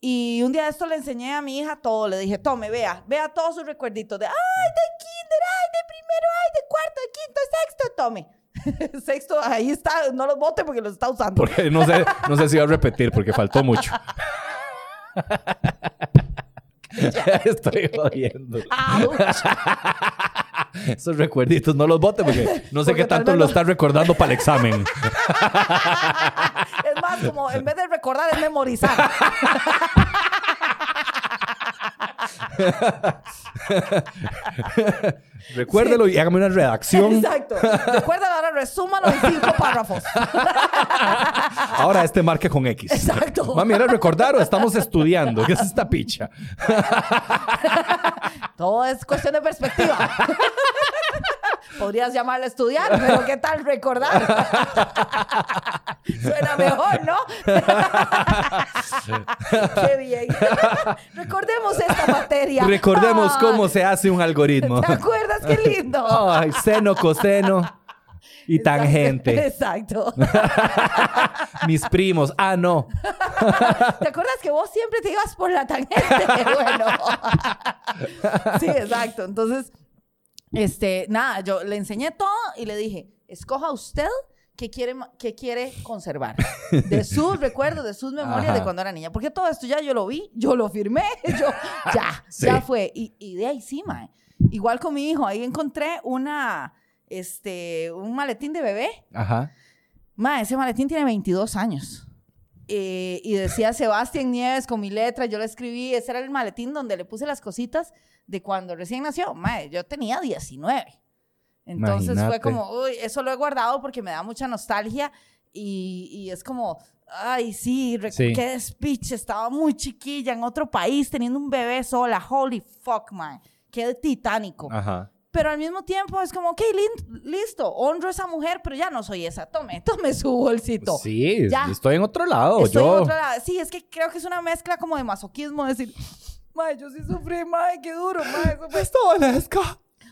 y un día de esto le enseñé a mi hija todo, le dije, tome, vea, vea todos sus recuerditos de, ay, de kinder, ay, de primero, ay, de cuarto, de quinto, sexto, tome. Sexto, ahí está, no los vote porque los está usando.
Porque no sé, no sé si va a repetir porque faltó mucho. Estoy jodiendo.
Ouch.
Esos recuerditos no los bote porque no sé
Porque
qué
tal
tanto
vez
lo
no.
estás recordando para el examen.
Es más, como en vez de recordar, es memorizar.
Recuérdelo y hágame una redacción.
Exacto. Recuerda ahora, resúmalo en cinco párrafos.
Ahora este marque con X.
Exacto.
Mami, ¿era recordar o estamos estudiando? ¿Qué es esta picha?
Todo es cuestión de perspectiva. Podrías llamarla a estudiar, pero ¿qué tal recordar? Suena mejor, ¿no? Qué bien. Recordemos esta materia.
Recordemos
Ah,
cómo se hace un algoritmo.
¿Te acuerdas? Qué lindo.
Ay, seno, coseno y
Exacto.
tangente.
Exacto.
Mis primos. Ah, no.
¿Te acuerdas que vos siempre te ibas por la tangente? Bueno. Sí, exacto. Entonces, este, nada, yo le enseñé todo y le dije, escoja usted qué quiere, ma- qué quiere conservar de sus recuerdos, de sus memorias
Ajá.
de cuando era niña. Porque todo esto ya yo lo vi, yo lo firmé, yo ya,
Sí.
ya fue. Y, y de ahí sí, mae. Igual con mi hijo, ahí encontré una, este, un maletín de bebé.
Ajá.
Ma, ese maletín tiene 22 años. Eh, y decía Sebastián Nieves con mi letra, yo le escribí, ese era el maletín donde le puse las cositas de cuando recién nació. Ma, yo tenía 19. Entonces
Imagínate.
fue como, uy, eso lo he guardado porque me da mucha nostalgia y, y es como, ay, sí, rec-
Sí.
qué despiche, estaba muy chiquilla en otro país teniendo un bebé sola, holy fuck, man, qué titánico.
Ajá.
Pero al mismo tiempo es como, ok, lin- listo, honro a esa mujer, pero ya no soy esa. Tome, tome su bolsito.
Sí,
Ya.
estoy en otro lado.
Estoy
yo.
en otra edad. Sí, es que creo que es una mezcla como de masoquismo, decir, madre, yo sí sufrí, madre, qué duro, madre, eso fue
Estabalesca.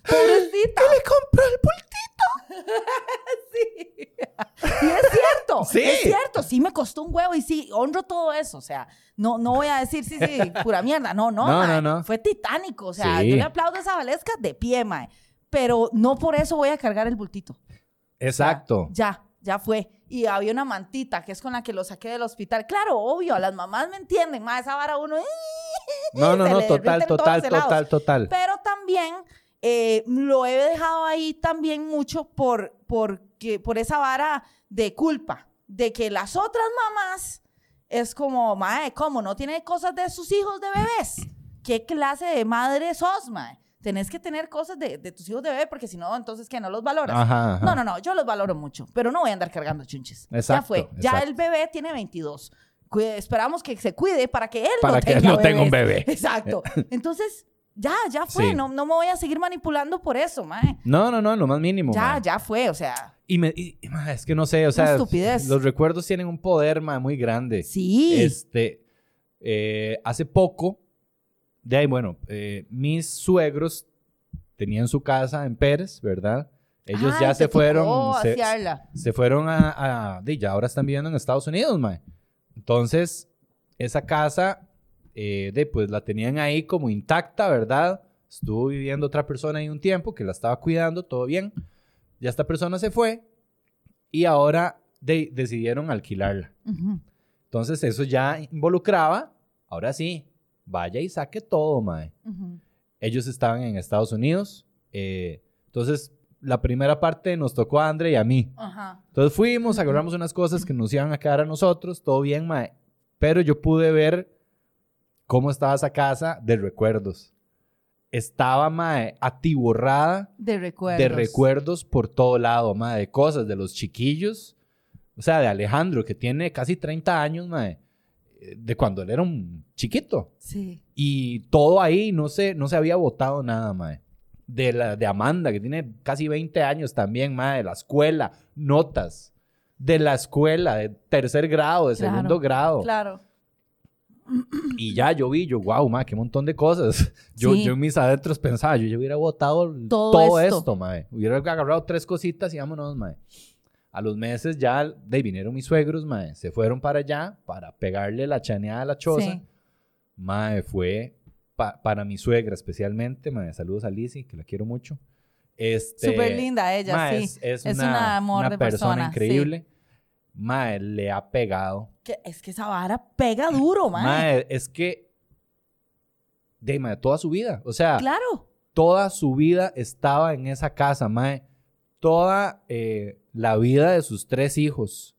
pobrecita.
le compró el bultito?
Y es cierto,
Sí.
es cierto, sí me costó un huevo y sí, honro todo eso, o sea, no, no voy a decir, sí, sí, pura mierda, no, no,
No,
mae,
no, no.
fue titánico, o sea,
Sí.
yo le aplaudo a esa valesca de pie, mae, pero no por eso voy a cargar el bultito.
Exacto.
Ya, ya fue. Y había una mantita que es con la que lo saqué del hospital. Claro, obvio, las mamás me entienden, más esa vara uno.
No, no,
se
no,
le
total,
derriten todos
total,
los helados.
total, total.
Pero también eh, lo he dejado ahí también mucho por, porque, por esa vara de culpa, de que las otras mamás es como, mae, ¿cómo no tiene cosas de sus hijos de bebés? ¿Qué clase de madre sos, mae? Tenés que tener cosas de, de tus hijos de bebé porque si no, entonces que no los valoras.
Ajá, ajá.
No, no, no, yo los valoro mucho, pero no voy a andar cargando chunches. ya
Exacto,
fue. Ya
exacto.
el bebé tiene 22. Cu- esperamos que se cuide para que él
Para
no
que él
tenga
no tenga un
bebés.
bebé.
Exacto. Entonces, ya, ya fue.
Eh, Sí.
No, no me voy a seguir manipulando por eso, mae.
No, no, no, lo más mínimo.
Ya,
mae.
ya fue, o sea.
Y, me, y- y, mae, es que no sé, o sea,
estupidez.
los recuerdos tienen un poder mae, muy grande.
Sí.
Este, eh, hace poco, de ahí, bueno, eh, mis suegros tenían su casa en Pérez, ¿verdad? Ellos
Ay,
ya
Ah, te
se fueron,
tocó
se,
asearla.
se fueron a, a- di, ya ahora están viviendo en Estados Unidos, mae. Entonces, esa casa, eh, de, pues la tenían ahí como intacta, ¿verdad? Estuvo viviendo otra persona ahí un tiempo que la estaba cuidando, todo bien. Ya esta persona se fue y ahora de- decidieron alquilarla.
Ujú.
Entonces, eso ya involucraba, ahora sí, vaya y saque todo, mae.
Ujú.
Ellos estaban en Estados Unidos. eh, entonces, la primera parte nos tocó a Andre y a mí.
Ajá.
Entonces fuimos, agarramos unas cosas que nos iban a quedar a nosotros, todo bien, mae. Pero yo pude ver cómo estaba esa casa de recuerdos. Estaba, mae, atiborrada
De recuerdos.
de recuerdos por todo lado, mae, de cosas, de los chiquillos. O sea, de Alejandro, que tiene casi 30 años, mae, eh, de cuando él era un chiquito.
Sí.
Y todo ahí, no se, no se había votado nada, mae. De, la, de Amanda, que tiene casi 20 años también, mae, de la escuela, notas. De la escuela, de tercer grado, de
Claro,
segundo grado.
Claro.
Y ya yo vi, yo, wow, mae, qué montón de cosas. Yo,
Sí.
yo en mis adentros pensaba, yo, ya hubiera votado todo,
Todo
esto.
esto.
mae. Hubiera agarrado tres cositas y vámonos, mae. A los meses ya, de ahí vinieron mis suegros, mae. Se fueron para allá para pegarle la chaneada a la choza.
Sí.
Mae, fue pa- para mi suegra especialmente. Mae, saludos a Lizzie, que la quiero mucho. Este,
Súper linda ella,
mae,
sí.
es, es
Es
una,
una amor
una
de
persona,
persona,
increíble. Mae, le ha pegado.
Que- es que esa vara pega duro, mae.
Mae, es que. De mae, toda su vida. O sea,
Claro.
toda su vida estaba en esa casa, mae. Toda eh, la vida de sus tres hijos.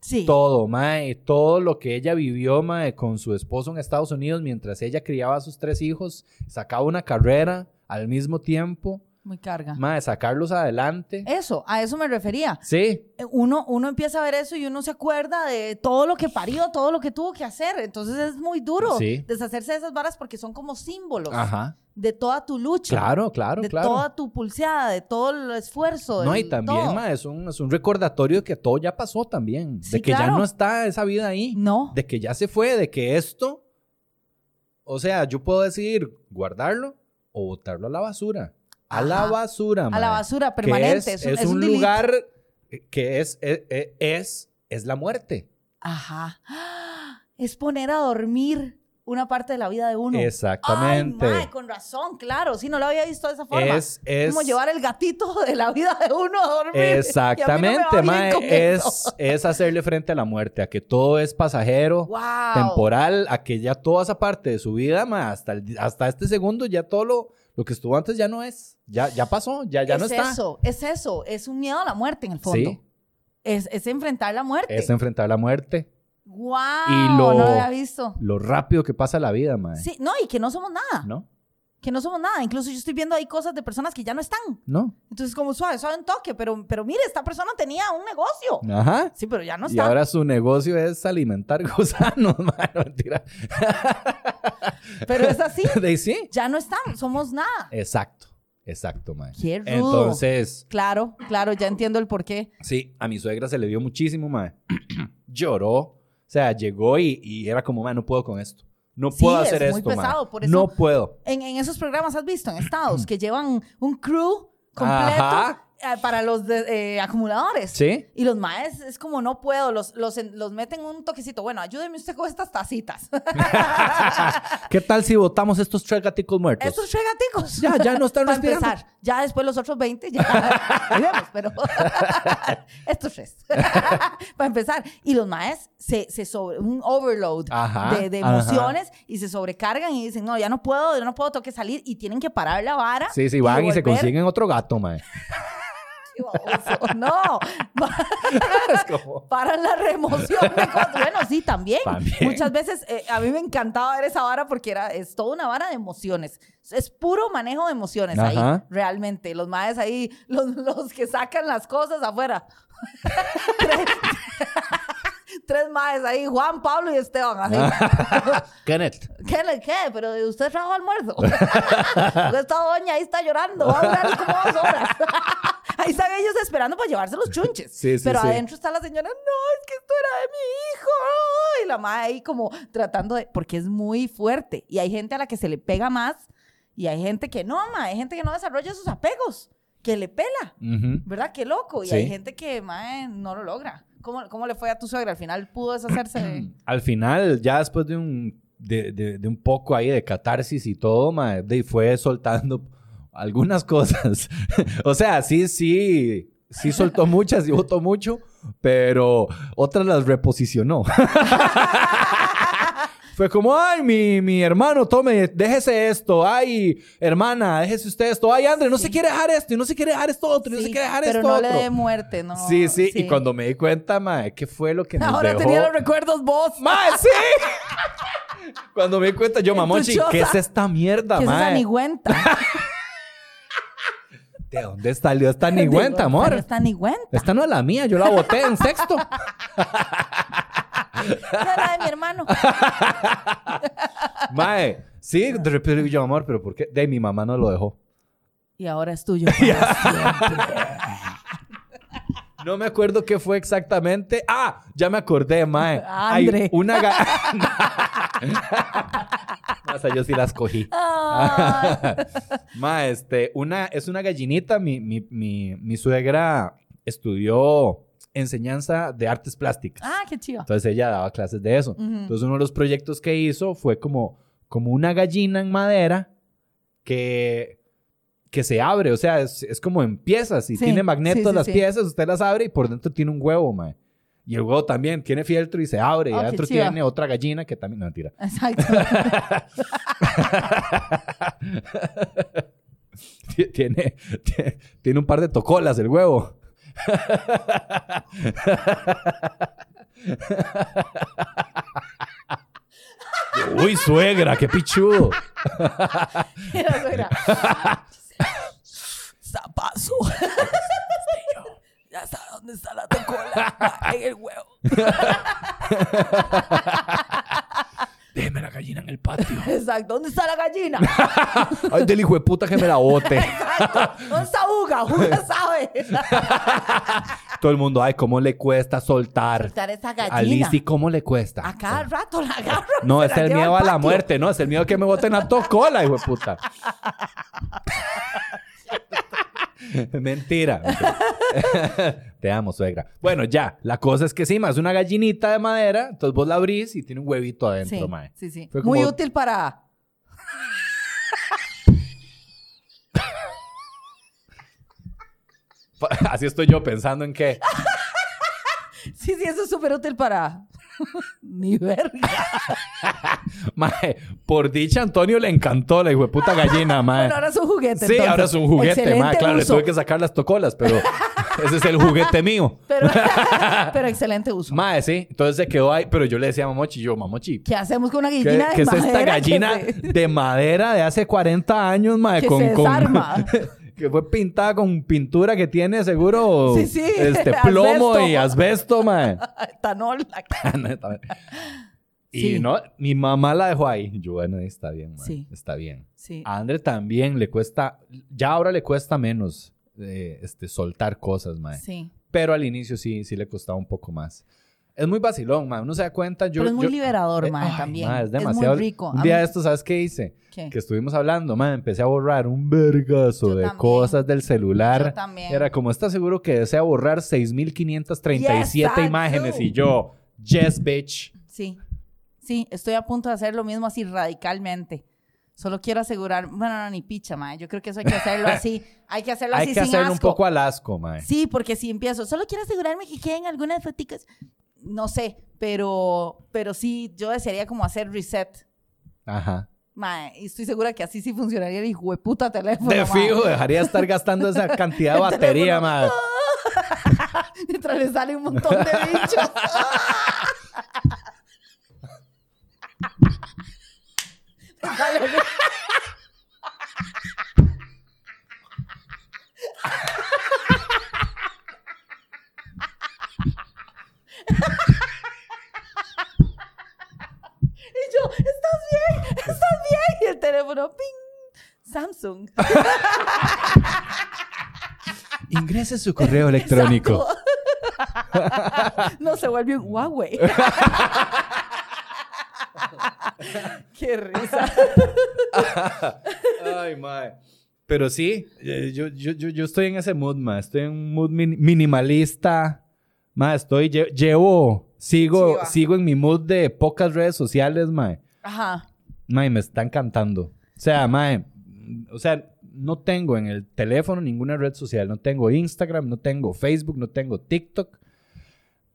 Sí.
Todo, mae, todo lo que ella vivió, mae, con su esposo en Estados Unidos mientras ella criaba a sus tres hijos, sacaba una carrera al mismo tiempo,
Muy carga.
Mae, sacarlos adelante.
Eso, a eso me refería.
Sí,
Eh, Uno, uno empieza a ver eso y uno se acuerda de todo lo que parió, todo lo que tuvo que hacer. Entonces es muy duro
Sí.
deshacerse de esas varas porque son como símbolos
ajá.
de toda tu lucha.
Claro, claro,
de
claro.
toda tu pulseada, de todo el esfuerzo.
No,
del
y también,
todo.
ma, es un, es un recordatorio de que todo ya pasó también.
Sí,
de que
claro.
ya no está esa vida ahí.
No,
De que ya se fue, de que esto. O sea, yo puedo decidir guardarlo o botarlo a la basura. A la
Ajá.
basura, ma.
a la basura
Que
permanente.
Es,
es,
es
es
un
delete.
lugar que es, e- e- es, es la muerte.
Ajá. ¡Ah! Es poner a dormir una parte de la vida de uno.
Exactamente.
Ay, mae, con razón, claro. Sí, no lo había visto de esa forma.
es, es,
como llevar el gatito de la vida de uno a dormir. Y a mí no me va
Exactamente,
bien
mae,
con eso.
es, es hacerle frente a la muerte, a que todo es pasajero,
Wow.
temporal, a que ya toda esa parte de su vida, mae, hasta, el- hasta este segundo, ya todo lo, lo que estuvo antes ya no es, ya, ya pasó, ya, ya
es
no está.
eso, es eso. Es un miedo a la muerte en el fondo.
Sí.
Es, es enfrentar la muerte.
Es enfrentar la muerte,
Wow.
Y lo- Eh.
No lo había visto.
lo rápido que pasa la vida, mae.
Sí, no, y que no somos nada.
¿No?
Que no somos nada. Incluso yo estoy viendo ahí cosas de personas que ya no están.
¿No?
Entonces, como suave, suave un toque. Pero, pero mire, esta persona tenía un negocio.
Ajá.
Sí, pero ya no
y
está.
ahora su negocio es alimentar gusanos, mae, no, mentira.
Pero es así.
De sí.
Ya no están. Somos nada.
Exacto, exacto, mae.
Qué rudo.
Entonces,
Claro, claro, ya entiendo el porqué.
Sí, a mi suegra se le dio muchísimo, mae. Lloró. O sea, llegó y, y era como, mae, no puedo con esto. No
Sí,
puedo
es
hacer
muy
esto, mae.
pesado, por eso-
No puedo.
En, en esos programas has visto en Estados que llevan un crew completo
Ajá.
eh, para los de- eh, acumuladores.
¿Sí?
Y los maes es como no puedo, los, los, en- los meten un toquecito. Bueno, ayúdeme usted con estas tacitas.
¿Qué tal si votamos estos tres gaticos muertos?
Estos tres gaticos.
Ya, ya no están
Para
respirando.
empezar. Ya después los otros 20, ya. Miremos, pero. Estos tres. Para empezar. Y los maes se, se sobre. Un overload
Ajá,
de, de
ajá.
emociones y se sobrecargan y dicen, no, ya no puedo, yo no puedo, tengo que salir. Y tienen que parar la vara.
Sí, sí, van y, se
volver.
consiguen otro gato, mae.
Sí, baboso. No. Va-
es como...
Para la remoción de cosas. Bueno, sí, también.
También.
Muchas veces eh, a mí me encantaba ver esa vara porque era, es toda una vara de emociones. Es- Es puro manejo de emociones ahí,
Ajá.
realmente. Los maes ahí, los, los que sacan las cosas afuera. tres, tres maes ahí, Juan, Pablo y Esteban. Así.
Kenneth.
¿Qué le qué? Pero de usted trajo almuerzo. Esta doña ahí está llorando. Va a durar como dos horas. ahí están ellos esperando para llevarse los chunches.
Sí, sí,
Pero
sí.
adentro está la señora, no, es que esto era de mi hijo. Y la madre ahí como tratando de. Porque es muy fuerte. Y hay gente a la que se le pega más. Y hay gente que no, ma. Hay gente que no desarrolla sus apegos. Que le pela.
Ujú.
¿Verdad? Qué loco. Y
Sí.
hay gente que, mae, no lo logra. ¿Cómo, ¿Cómo le fue a tu suegra? Al final pudo deshacerse de.
Al final, ya después de un, de, de- de un poco ahí de catarsis y todo, mae, de- fue soltando algunas cosas. o sea, sí, sí, sí soltó muchas y votó mucho, pero otras las reposicionó. Fue como, ay, mi, mi hermano, tome, déjese esto, ay, hermana, déjese usted esto, ay, André, no se
Sí.
quiere dejar esto, y no se quiere dejar esto otro, y no
Sí,
se quiere dejar
pero
esto
no
otro.
le dé muerte, ¿no?
sí, sí, y cuando me di cuenta, mae, ¿qué fue lo que nos
Ahora
dejó?
tenía los recuerdos vos.
¡Mae, sí! Cuando me di cuenta, yo, mamonchi,
choza.
¿qué es esta mierda,
que esa
mae?
nigüenta.
¿De dónde salió esta nigüenta, amor?
Esta nigüenta.
Esta no es la mía, yo la boté en sexto.
Esa era de mi hermano.
mae, sí, de repente yo, amor, ¿pero por qué? De ahí, mi mamá no lo dejó.
Y ahora es tuyo. para siempre.
No me acuerdo qué fue exactamente. ¡Ah! Ya me acordé, mae. Hay
Andre.
una ga- No, o sea, yo sí las cogí.
Ay.
Ma, este, una, es una gallinita. Mi, mi, mi, mi suegra estudió enseñanza de artes plásticas.
ah, qué chido.
Entonces ella daba clases de eso.
Ujú.
Entonces uno de los proyectos que hizo fue como, como una gallina en madera que, que se abre. O sea, es, es como en piezas. Y
Sí,
tiene magnetos
sí, sí,
las
sí.
piezas, usted las abre y por dentro tiene un huevo, mae. Y el huevo también tiene fieltro y se abre. Y
Oh, qué
adentro
chiva.
tiene otra gallina que también... No, mentira.
Exacto.
Ti- tiene, ti- tiene un par de tocolas el huevo. Uy, suegra, qué pichudo.
Y la suegra, zapazo. ya sabe dónde está la tocola. en el huevo.
Déjeme la gallina en el patio.
Exacto. ¿Dónde está la gallina?
Ay, del hijo de puta que me la bote.
Exacto. ¿Dónde está Uga? Uga sabe.
Todo el mundo, ay, ¿cómo le cuesta soltar?
Soltar esa gallina.
A Lizzy, ¿cómo le cuesta?
A cada rato la agarro. y
No,
se
es
la
el
llevo
miedo
al
a la
patio.
muerte, ¿no? Es el miedo que me boten a tocola, hijo de puta. Mentira. Te amo, suegra. Bueno, ya. La cosa es que sí, ma, es una gallinita de madera. Entonces vos la abrís y tiene un huevito adentro,
Sí,
mae.
sí, sí.
Fue
Muy
como-
útil para...
Así estoy yo pensando en que...
Sí, sí, eso es súper útil para... Ni verga.
Mae, por dicha, Antonio le encantó la hijo de puta gallina, mae.
Bueno, ahora es un juguete.
Sí,
entonces.
ahora es un juguete,
Excelente
mae. Claro,
uso.
le tuve que sacar las tocolas, pero ese es el juguete mío.
Pero, pero excelente uso.
Mae, sí. Entonces se quedó ahí, pero yo le decía a Mamochi, yo, Mamochi,
¿Qué hacemos con una
¿qué,
gallina de
qué es esta
madera que
gallina
se-
de madera de hace 40 años, mae?
Que
con,
se
con-
desarma.
que fue pintada con pintura que tiene seguro
Sí, sí,
este plomo
asbesto.
y asbesto, mae. Ah,
Etanol.
y
Sí.
no, mi mamá la dejó ahí. Yo, bueno, está bien, mae.
Sí.
Está bien.
Sí.
A Andre también le cuesta, ya ahora le cuesta menos eh, este, soltar cosas, mae.
Sí.
Pero al inicio sí, sí le costaba un poco más. Es muy vacilón, mae. Uno se da cuenta. Yo,
pero es muy
yo-
liberador,
eh,
mae,
ay,
también.
mae, es
es,
demasiado.
muy rico.
Un
A
día
mí-
de esto, ¿sabes qué hice?
¿Qué?
Que estuvimos hablando, mae. Empecé a borrar un vergazo
Yo
de
también.
cosas del
Yo
celular.
también.
Era como, ¿estás seguro que desea borrar 6,537
Yes, I
imágenes?
do.
Y yo, yes, bitch.
Sí. Sí, estoy a punto de hacer lo mismo así radicalmente. Solo quiero asegurar, bueno, no, ni picha, mae. Yo creo que eso hay que hacerlo así. Hay que hacerlo
Hay
así
que
sin
hacerle un
asco.
poco al asco, mae.
Sí, porque si empiezo, solo quiero asegurarme que queden algunas foticas. No sé, pero, pero sí, yo desearía como hacer reset.
Ajá.
Mae, y estoy segura que así sí funcionaría el hijo de puta teléfono.
De
mae.
fijo, dejaría de estar gastando esa cantidad de
El
batería,
teléfono.
mae.
Mientras le sale un montón de bichos. Le sale un- Y yo, ¿estás bien? ¿Estás bien? Y el teléfono, ping, Samsung.
Ingrese su correo electrónico.
Exacto. no se vuelve un Huawei. Qué risa.
Ay, mae. Pero sí, eh, yo, yo, yo, yo estoy en ese mood, mae. Estoy en un mood min- minimalista. Mae, estoy, lle- llevo, sigo,
Sí, va.
sigo en mi mood de pocas redes sociales, mae.
Ajá.
Mae, me están cantando. O sea, mae, o sea, no tengo en el teléfono ninguna red social. No tengo Instagram, no tengo Facebook, no tengo TikTok.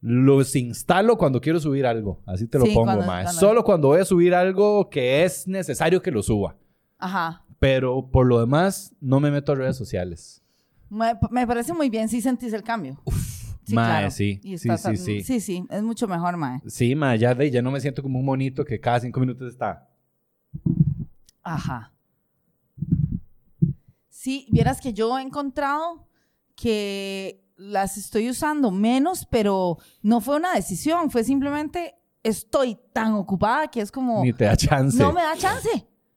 Los instalo cuando quiero subir algo. Así te lo
Sí,
pongo,
cuando-
mae.
cuando-
Solo cuando voy a subir algo que es necesario que lo suba.
Ajá.
Pero por lo demás, no me meto a redes sociales.
Me, me parece muy bien si sentís el cambio. sí,
mae,
claro.
sí,
Y
sí,
estás a-
sí, sí.
Sí, sí, es mucho mejor, mae.
Sí, ma, ya, de- ya no me siento como un monito que cada cinco minutos está.
Ajá. Sí, vieras que yo he encontrado que las estoy usando menos, pero no fue una decisión, fue simplemente estoy tan ocupada que es como...
Ni te da chance.
no me da chance.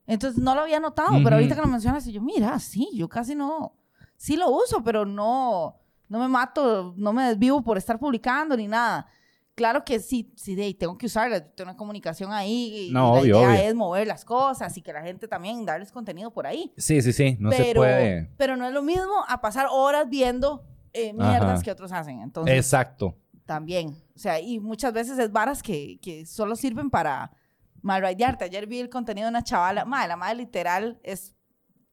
Entonces no lo había notado,
Ujú.
pero ahorita que lo mencionas, yo, mira, sí, yo casi no, sí lo uso, pero no, no me mato, no me desvivo por estar publicando ni nada. Claro que sí, sí, de, ahí tengo que usarla, tengo una comunicación ahí y
No,
la
obvio,
idea
obvio.
es mover las cosas y que la gente también darles contenido por ahí.
Sí, sí, sí. No
pero,
se puede.
pero no es lo mismo a pasar horas viendo eh, mierdas
Ajá.
que otros hacen. Entonces,
Exacto.
también. O sea, y muchas veces es varas que, que solo sirven para malraidearte. Ayer vi el contenido de una chavala, madre, la madre literal es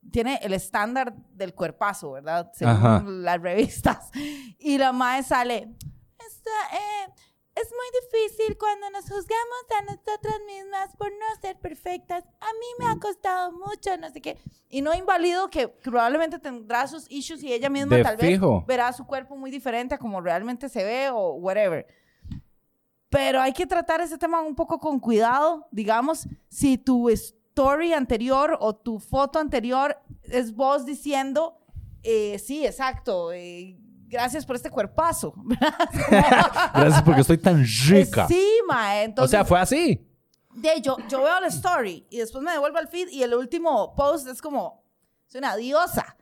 tiene el estándar del cuerpazo, ¿verdad? Según
Ajá.
las revistas. Y la madre sale, "Esta, eh, es muy difícil cuando nos juzgamos a nosotras mismas por no ser perfectas. A mí me
Mm.
ha costado mucho, no sé qué. Y no invalido que probablemente tendrá sus issues y ella misma
De
tal
fijo.
vez verá su cuerpo muy diferente a como realmente se ve o whatever. Pero hay que tratar ese tema un poco con cuidado. Digamos, si tu story anterior o tu foto anterior es vos diciendo, eh, sí, exacto, eh, gracias por este cuerpazo.
Gracias porque estoy tan rica.
Sí, mae,
o
entonces...
sea, fue así.
De yo, yo veo la story y después me devuelvo al feed y el último post es como, soy una diosa.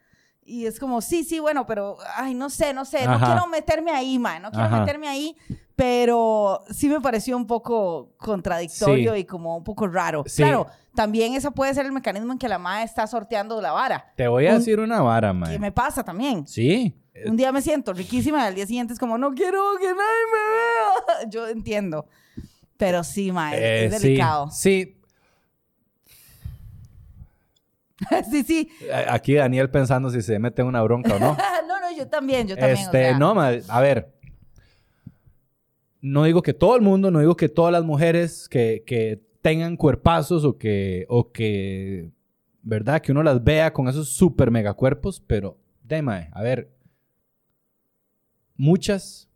Y es como, sí, sí, bueno, pero, ay, no sé, no sé, no
Ajá.
quiero meterme ahí, ma, no quiero
Ajá.
meterme ahí, pero sí me pareció un poco contradictorio
Sí.
y como un poco raro.
Sí.
Claro, también ese puede ser el mecanismo en que la madre está sorteando la vara,
Te voy a
Un-
decir una vara,
que
mae.
me pasa también.
Sí.
Un día me siento riquísima y al día siguiente es como, no quiero que nadie me vea. Yo entiendo. Pero sí, ma, es,
Eh,
es
sí,
delicado.
Sí.
sí, sí.
A- Aquí Daniel pensando si se mete en una bronca o no.
no, no, yo también, yo también. o
este,
sea,
no, ma- a ver. No digo que todo el mundo, no digo que todas las mujeres que, que tengan cuerpazos o que, o que, ¿verdad? Que uno las vea con esos super mega cuerpos, pero, de mae, a ver. Muchas,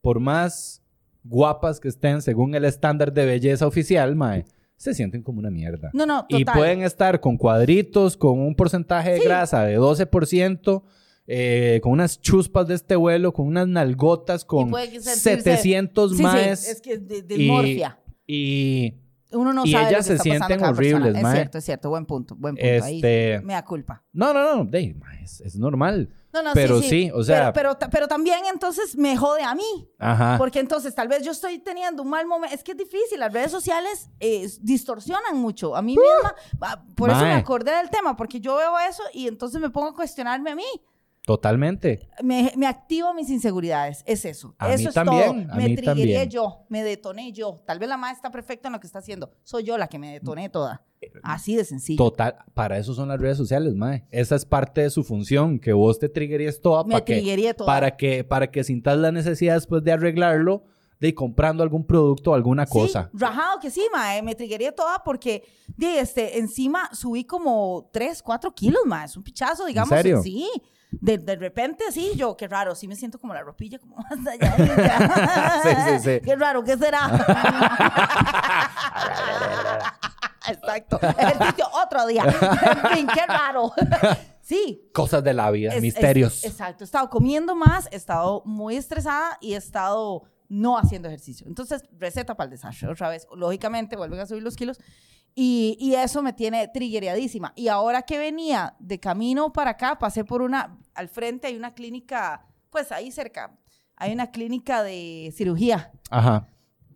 por más guapas que estén según el estándar de belleza oficial, mae, se sienten como una mierda.
No, no, total.
Y pueden estar con cuadritos, con un porcentaje de
Sí.
grasa de 12%, eh, con unas chuspas de este vuelo, con unas nalgotas, con
puede que sentirse-
700
Sí,
más.
sí, es que de,
y-
morfia.
Y
Uno no
y
sabe lo
ellas
que
se
está pasando
sienten
cada persona.
horribles,
Es
mae.
cierto, es cierto. Buen punto, buen punto. Ahí
este.
me da culpa.
No, no, no, de- ma, es, es normal.
No, no,
Pero
sí,
sí, o sea- Ah.
Pero, pero, ta- pero también entonces me jode a mí.
Ajá.
Porque entonces tal vez yo estoy teniendo un mal momento. Es que es difícil. Las redes sociales eh, distorsionan mucho. A mí misma. ah, Por eso me
Uh. Mae.
acordé del tema. Porque yo veo eso y entonces me pongo a cuestionarme a mí.
Totalmente.
me, me activo mis inseguridades. Es eso.
A
eso
mí
es
también,
todo.
a
me
mí
triggeré
también.
yo, me detoné yo. Tal vez la madre está perfecta en lo que está haciendo. Soy yo la que me detoné toda.
Eh,
Así de sencillo.
Total. Para eso son las redes sociales, mae. Esa es parte de su función, que vos te triggerías toda
me
para que
triggeré toda.
para que para que sintas la necesidad después de arreglarlo de ir comprando algún producto o alguna
Sí,
cosa.
rajado que sí, mae. Me triggeré toda porque de este, encima subí como 3, 4 kilos, mae. Es un pichazo, digamos.
serio?
Sí. De, de repente, sí, yo, qué raro, sí me siento como la ropilla, como hasta allá.
Sí, sí, sí.
Qué raro, ¿qué será? Exacto. Ejercicio otro día. En fin, qué raro. Sí.
Cosas de la vida,
es- es-
misterios.
exacto. He estado comiendo más, he estado muy estresada y he estado no haciendo ejercicio. Entonces, receta para el desastre otra vez. Lógicamente, vuelven a subir los kilos. Y, y eso me tiene triggeradísima. Y ahora que venía de camino para acá, pasé por una, al frente hay una clínica, pues ahí cerca, hay una clínica de cirugía.
Ajá.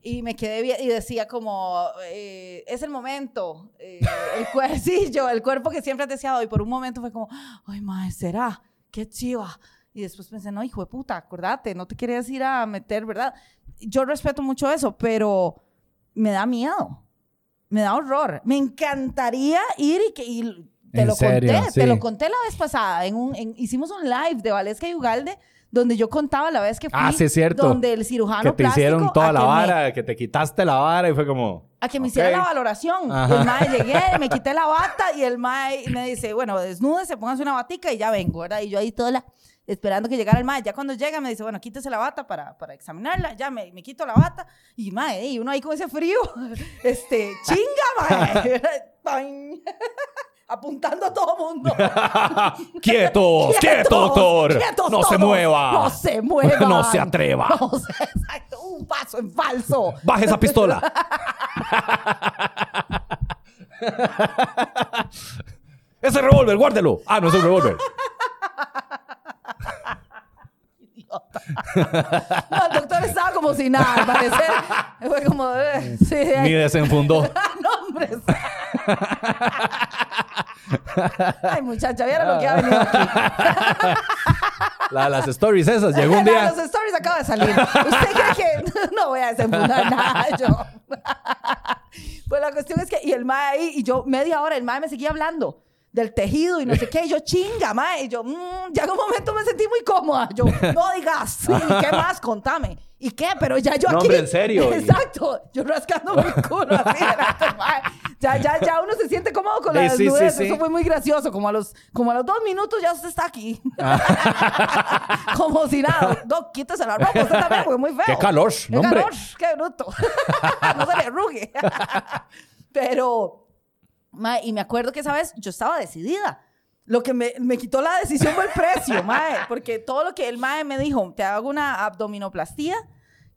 Y me quedé bien y decía como, eh, es el momento, eh, el cuerpo, el cuerpo que siempre has deseado. Y por un momento fue como, ay, madre, ¿será? ¡Qué chiva! Y después pensé, no, hijo de puta, acordate, no te querías ir a meter, ¿verdad? Yo respeto mucho eso, pero me da miedo, me da horror. Me encantaría ir y que... y te
En
lo
serio,
conté,
sí.
te lo conté la vez pasada. En un, en- hicimos un live de Valesca y Ugalde donde yo contaba la vez que fui.
Ah, sí, es cierto.
Donde el cirujano
que te hicieron
plástico
toda
a
la
que me-
vara, que te quitaste la vara y fue como.
a que me
Ok.
hiciera la valoración.
Ajá.
Y el mae llegué, me quité la bata y el mae me dice, bueno, desnúdese, pónganse una batica y ya vengo, ¿verdad? Y yo ahí toda la- esperando que llegara el mae. Ya cuando llega me dice, bueno, quítese la bata para, para examinarla. Ya me, me quito la bata y mae, y uno ahí con ese frío, este, chinga, mae. Tan. Apuntando a todo mundo.
¡Quietos! ¡Quietos, doctor!
¡Quietos
¡No se
todos!
mueva!
¡No se mueva!
¡No se atreva!
No se- exacto, un paso en falso.
¡Baje esa pistola! ¡Ese revólver, guárdelo! ¡Ah, no es un revólver!
idiota. No, el doctor estaba como si nada, al parecer. Fue como, eh, sí,
Ni
ay,
desenfundó.
no, hombre. Ay, muchacha, vieron lo que ha venido aquí.
La de las stories esas. Llegó un
No,
día.
Los stories acaba de salir. ¿Usted cree que no voy a desenfundar nada yo? Pues la cuestión es que, y el mae ahí, y yo media hora, el mae me seguía hablando del tejido y no sé qué, y yo chinga, mae, y yo, mm, ya en un momento me sentí muy cómoda, yo, no digas, sí, ¿qué más? Contame, ¿y qué? Pero ya yo
No,
aquí,
hombre, en serio.
exacto, yo rascando mi culo, así, delante del mae. ya, ya, ya uno se siente cómodo con la
Sí, sí, sí,
desnudez,
sí.
eso fue muy gracioso, como a los, como a los dos minutos ya usted está aquí,
Ah,
como si nada, no, quítese la ropa, usted también, porque es muy feo.
¡Qué calor!
¡Qué
¡No, hombre!
calor! ¡Qué bruto! no se le arrugue. Pero, ma, y me acuerdo que esa vez yo estaba decidida. Lo que me, me quitó la decisión fue el precio, mae. Porque todo lo que el mae me dijo, te hago una abdominoplastía,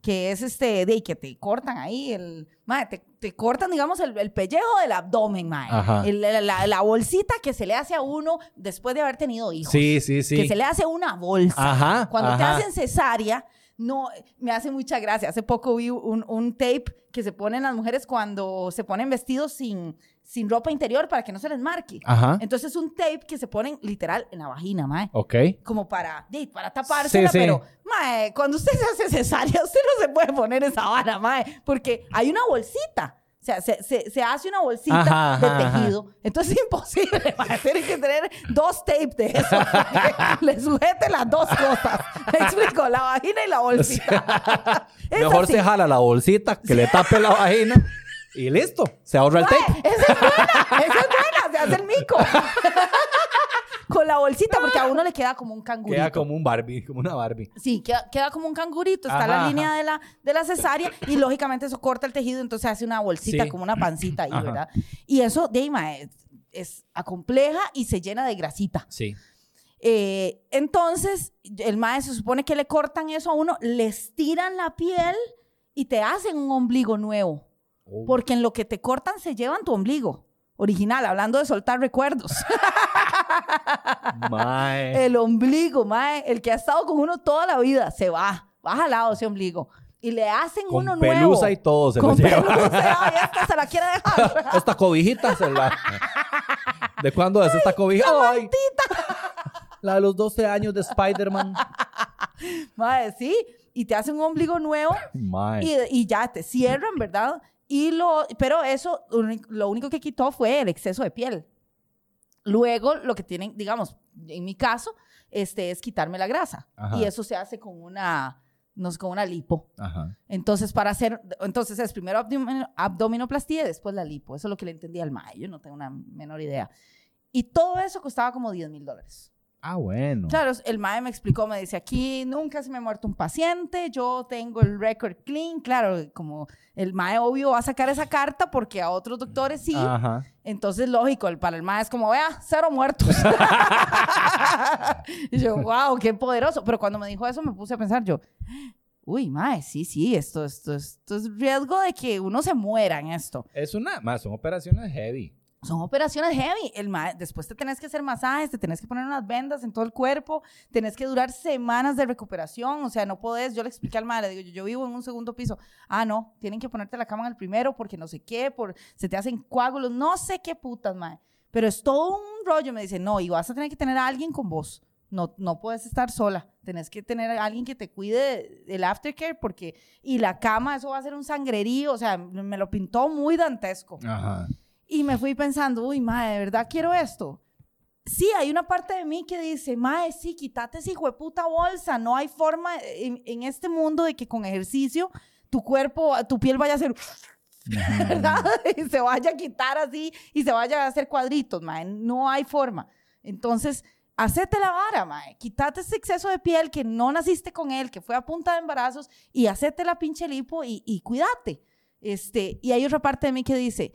que es este, de que te cortan ahí, el, mae, te, te cortan, digamos, el, el pellejo del abdomen,
Ajá.
mae. El- la, la- la bolsita que se le hace a uno después de haber tenido hijos.
Sí, sí, sí.
Que se le hace una bolsa.
Ajá.
Cuando te
ajá.
hacen cesárea, no, me hace mucha gracia. Hace poco vi un, un tape que se ponen las mujeres cuando se ponen vestidos sin, sin ropa interior para que no se les marque.
Ajá.
Entonces un tape que se ponen literal en la vagina, mae.
Ok.
Como para, di, para tapársela,
Sí, sí.
pero, mae, cuando usted se hace cesárea, usted no se puede poner esa vara, mae, porque hay una bolsita. O sea, se, se- se hace una bolsita
Ajá, ajá,
de
ajá.
tejido. Entonces es imposible, mae. Tienen que tener dos tapes de eso. para que Le sujete las dos cosas. Me explico, la vagina y la bolsita. Es
Mejor
así.
se jala la bolsita, que le tape la vagina y listo. Se ahorra el
Mae,
tape.
Esa es buena, esa es buena, se hace el mico. Con la bolsita, porque a uno le queda como un canguro.
Queda como un Barbie, como una Barbie.
Sí, queda, queda como un cangurito, está
Ajá,
la línea de la, de la cesárea y lógicamente eso corta el tejido, entonces hace una bolsita,
Sí.
como una pancita ahí,
Ajá.
¿verdad? Y eso, Deima, es, es acompleja y se llena de grasita.
Sí.
Eh, entonces, el maestro se supone que le cortan eso a uno, les tiran la piel y te hacen un ombligo nuevo.
Oh,
Porque en lo que te cortan se llevan tu ombligo. Original, hablando de soltar recuerdos.
Mae.
El ombligo, mae, el que ha estado con uno toda la vida, se va, va jalado ese ombligo. Y le hacen
Con
uno nuevo.
pelusa y todo se lo
con
lleva.
pelusa, ay, esta se la quiere dejar.
Esta cobijita se la... ¿De cuándo es esta cobija? ¡Ay! La de los 12 años de Spider-Man.
Mae, sí, y te hacen un ombligo nuevo
Mae.
y, y ya te cierran, ¿verdad? Y lo, pero eso, uni- lo único que quitó fue el exceso de piel. Luego, lo que tienen, digamos, en mi caso, este, es quitarme la grasa.
Ajá.
Y eso se hace con una, no sé, con una lipo.
Ajá.
Entonces, para hacer, entonces es primero abdomen- abdominoplastía y después la lipo. Eso es lo que le entendía al mayo, yo no tengo una menor idea. Y todo eso costaba como 10 mil dólares.
Ah, bueno.
Claro, el mae me explicó, me dice, aquí nunca se me ha muerto un paciente, yo tengo el record clean, claro, como el mae obvio va a sacar esa carta porque a otros doctores sí,
Ajá.
entonces lógico, el, para el mae es como, vea, cero muertos. y yo, wow, qué poderoso. Pero cuando me dijo eso me puse a pensar yo, uy, mae, sí, sí, esto, esto, esto es riesgo de que uno se muera en esto.
Es una... Mae, son operaciones heavy.
Son operaciones heavy. El ma- después te tenés que hacer masajes, te tenés que poner unas vendas en todo el cuerpo, tenés que durar semanas de recuperación. O sea, no podés. Yo le expliqué al madre, digo, yo, yo vivo en un segundo piso. Ah, no, tienen que ponerte la cama en el primero porque no sé qué, por, se te hacen coágulos, no sé qué putas, madre. Pero es todo un rollo. Me dice, no, y vas a tener que tener a alguien con vos. No, no puedes estar sola. Tenés que tener a alguien que te cuide del aftercare porque. Y la cama, eso va a ser un sangrerío. O sea, me lo pintó muy dantesco.
Ajá.
Y me fui pensando, uy, madre, ¿de verdad quiero esto? Sí, hay una parte de mí que dice, madre, sí, quítate esa hijo de puta bolsa. No hay forma en, en este mundo de que con ejercicio tu cuerpo, tu piel vaya a ser, ¿verdad? Y se vaya a quitar así y se vaya a hacer cuadritos, madre. No hay forma. Entonces, hacete la vara, madre. Quítate ese exceso de piel que no naciste con él, que fue a punta de embarazos y hacete la pinche lipo y, y cuídate. Este, y hay otra parte de mí que dice,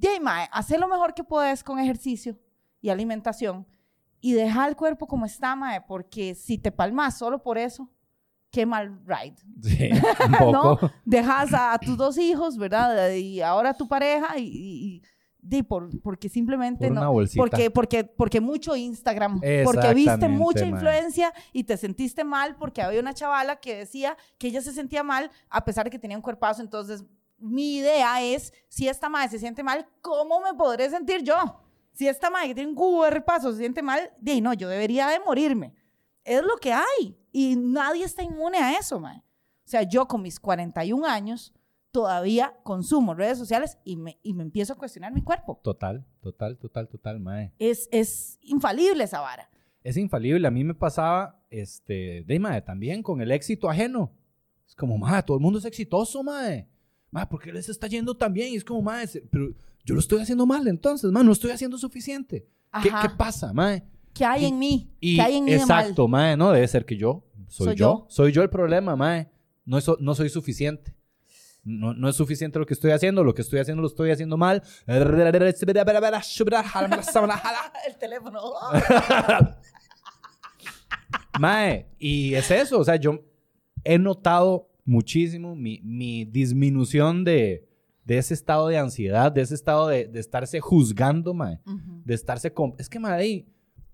Jay, mae, haz lo mejor que puedes con ejercicio y alimentación y deja el cuerpo como está, mae, porque si te palmas solo por eso, qué mal ride.
Sí, un poco.
¿No? Dejas a, a tus dos hijos, ¿verdad? Y ahora a tu pareja y, y- y- y por- porque simplemente
Por
no.
una bolsita.
Porque, porque, porque mucho Instagram, porque viste
Exactamente,
mucha
mae.
influencia y te sentiste mal porque había una chavala que decía que ella se sentía mal a pesar de que tenía un cuerpazo. Entonces, mi idea es, si esta madre se siente mal, ¿cómo me podré sentir yo? Si esta madre que tiene un cuerpazo se siente mal, de no, yo debería de morirme. Es lo que hay y nadie está inmune a eso, madre. O sea, yo con mis 41 años todavía consumo redes sociales y me, y me empiezo a cuestionar mi cuerpo.
Total, total, total, total, mae.
Es, es infalible esa vara.
Es infalible. A mí me pasaba, este, de mae, también con el éxito ajeno. Es como, mae, todo el mundo es exitoso, mae. Mae, ¿por qué les está yendo tan bien? Y es como, mae, se- pero yo lo estoy haciendo mal entonces, mae, no estoy haciendo suficiente. ¿Qué,
Ajá.
qué pasa, mae?
¿Qué hay
Y-
en mí?
Y,
¿Qué hay en mí de mal?
exacto, mae, no, debe ser que yo, soy,
Soy
yo.
yo.
soy yo el problema, mae. No, so- no soy suficiente. no, no es suficiente lo que estoy haciendo, lo que estoy haciendo lo estoy haciendo mal.
El teléfono.
Mae, y es eso, o sea, yo he notado muchísimo mi, mi disminución de, de ese estado de ansiedad, de ese estado de, de estarse juzgando, mae,
Ujú.
de estarse... com- es que, mae, ahí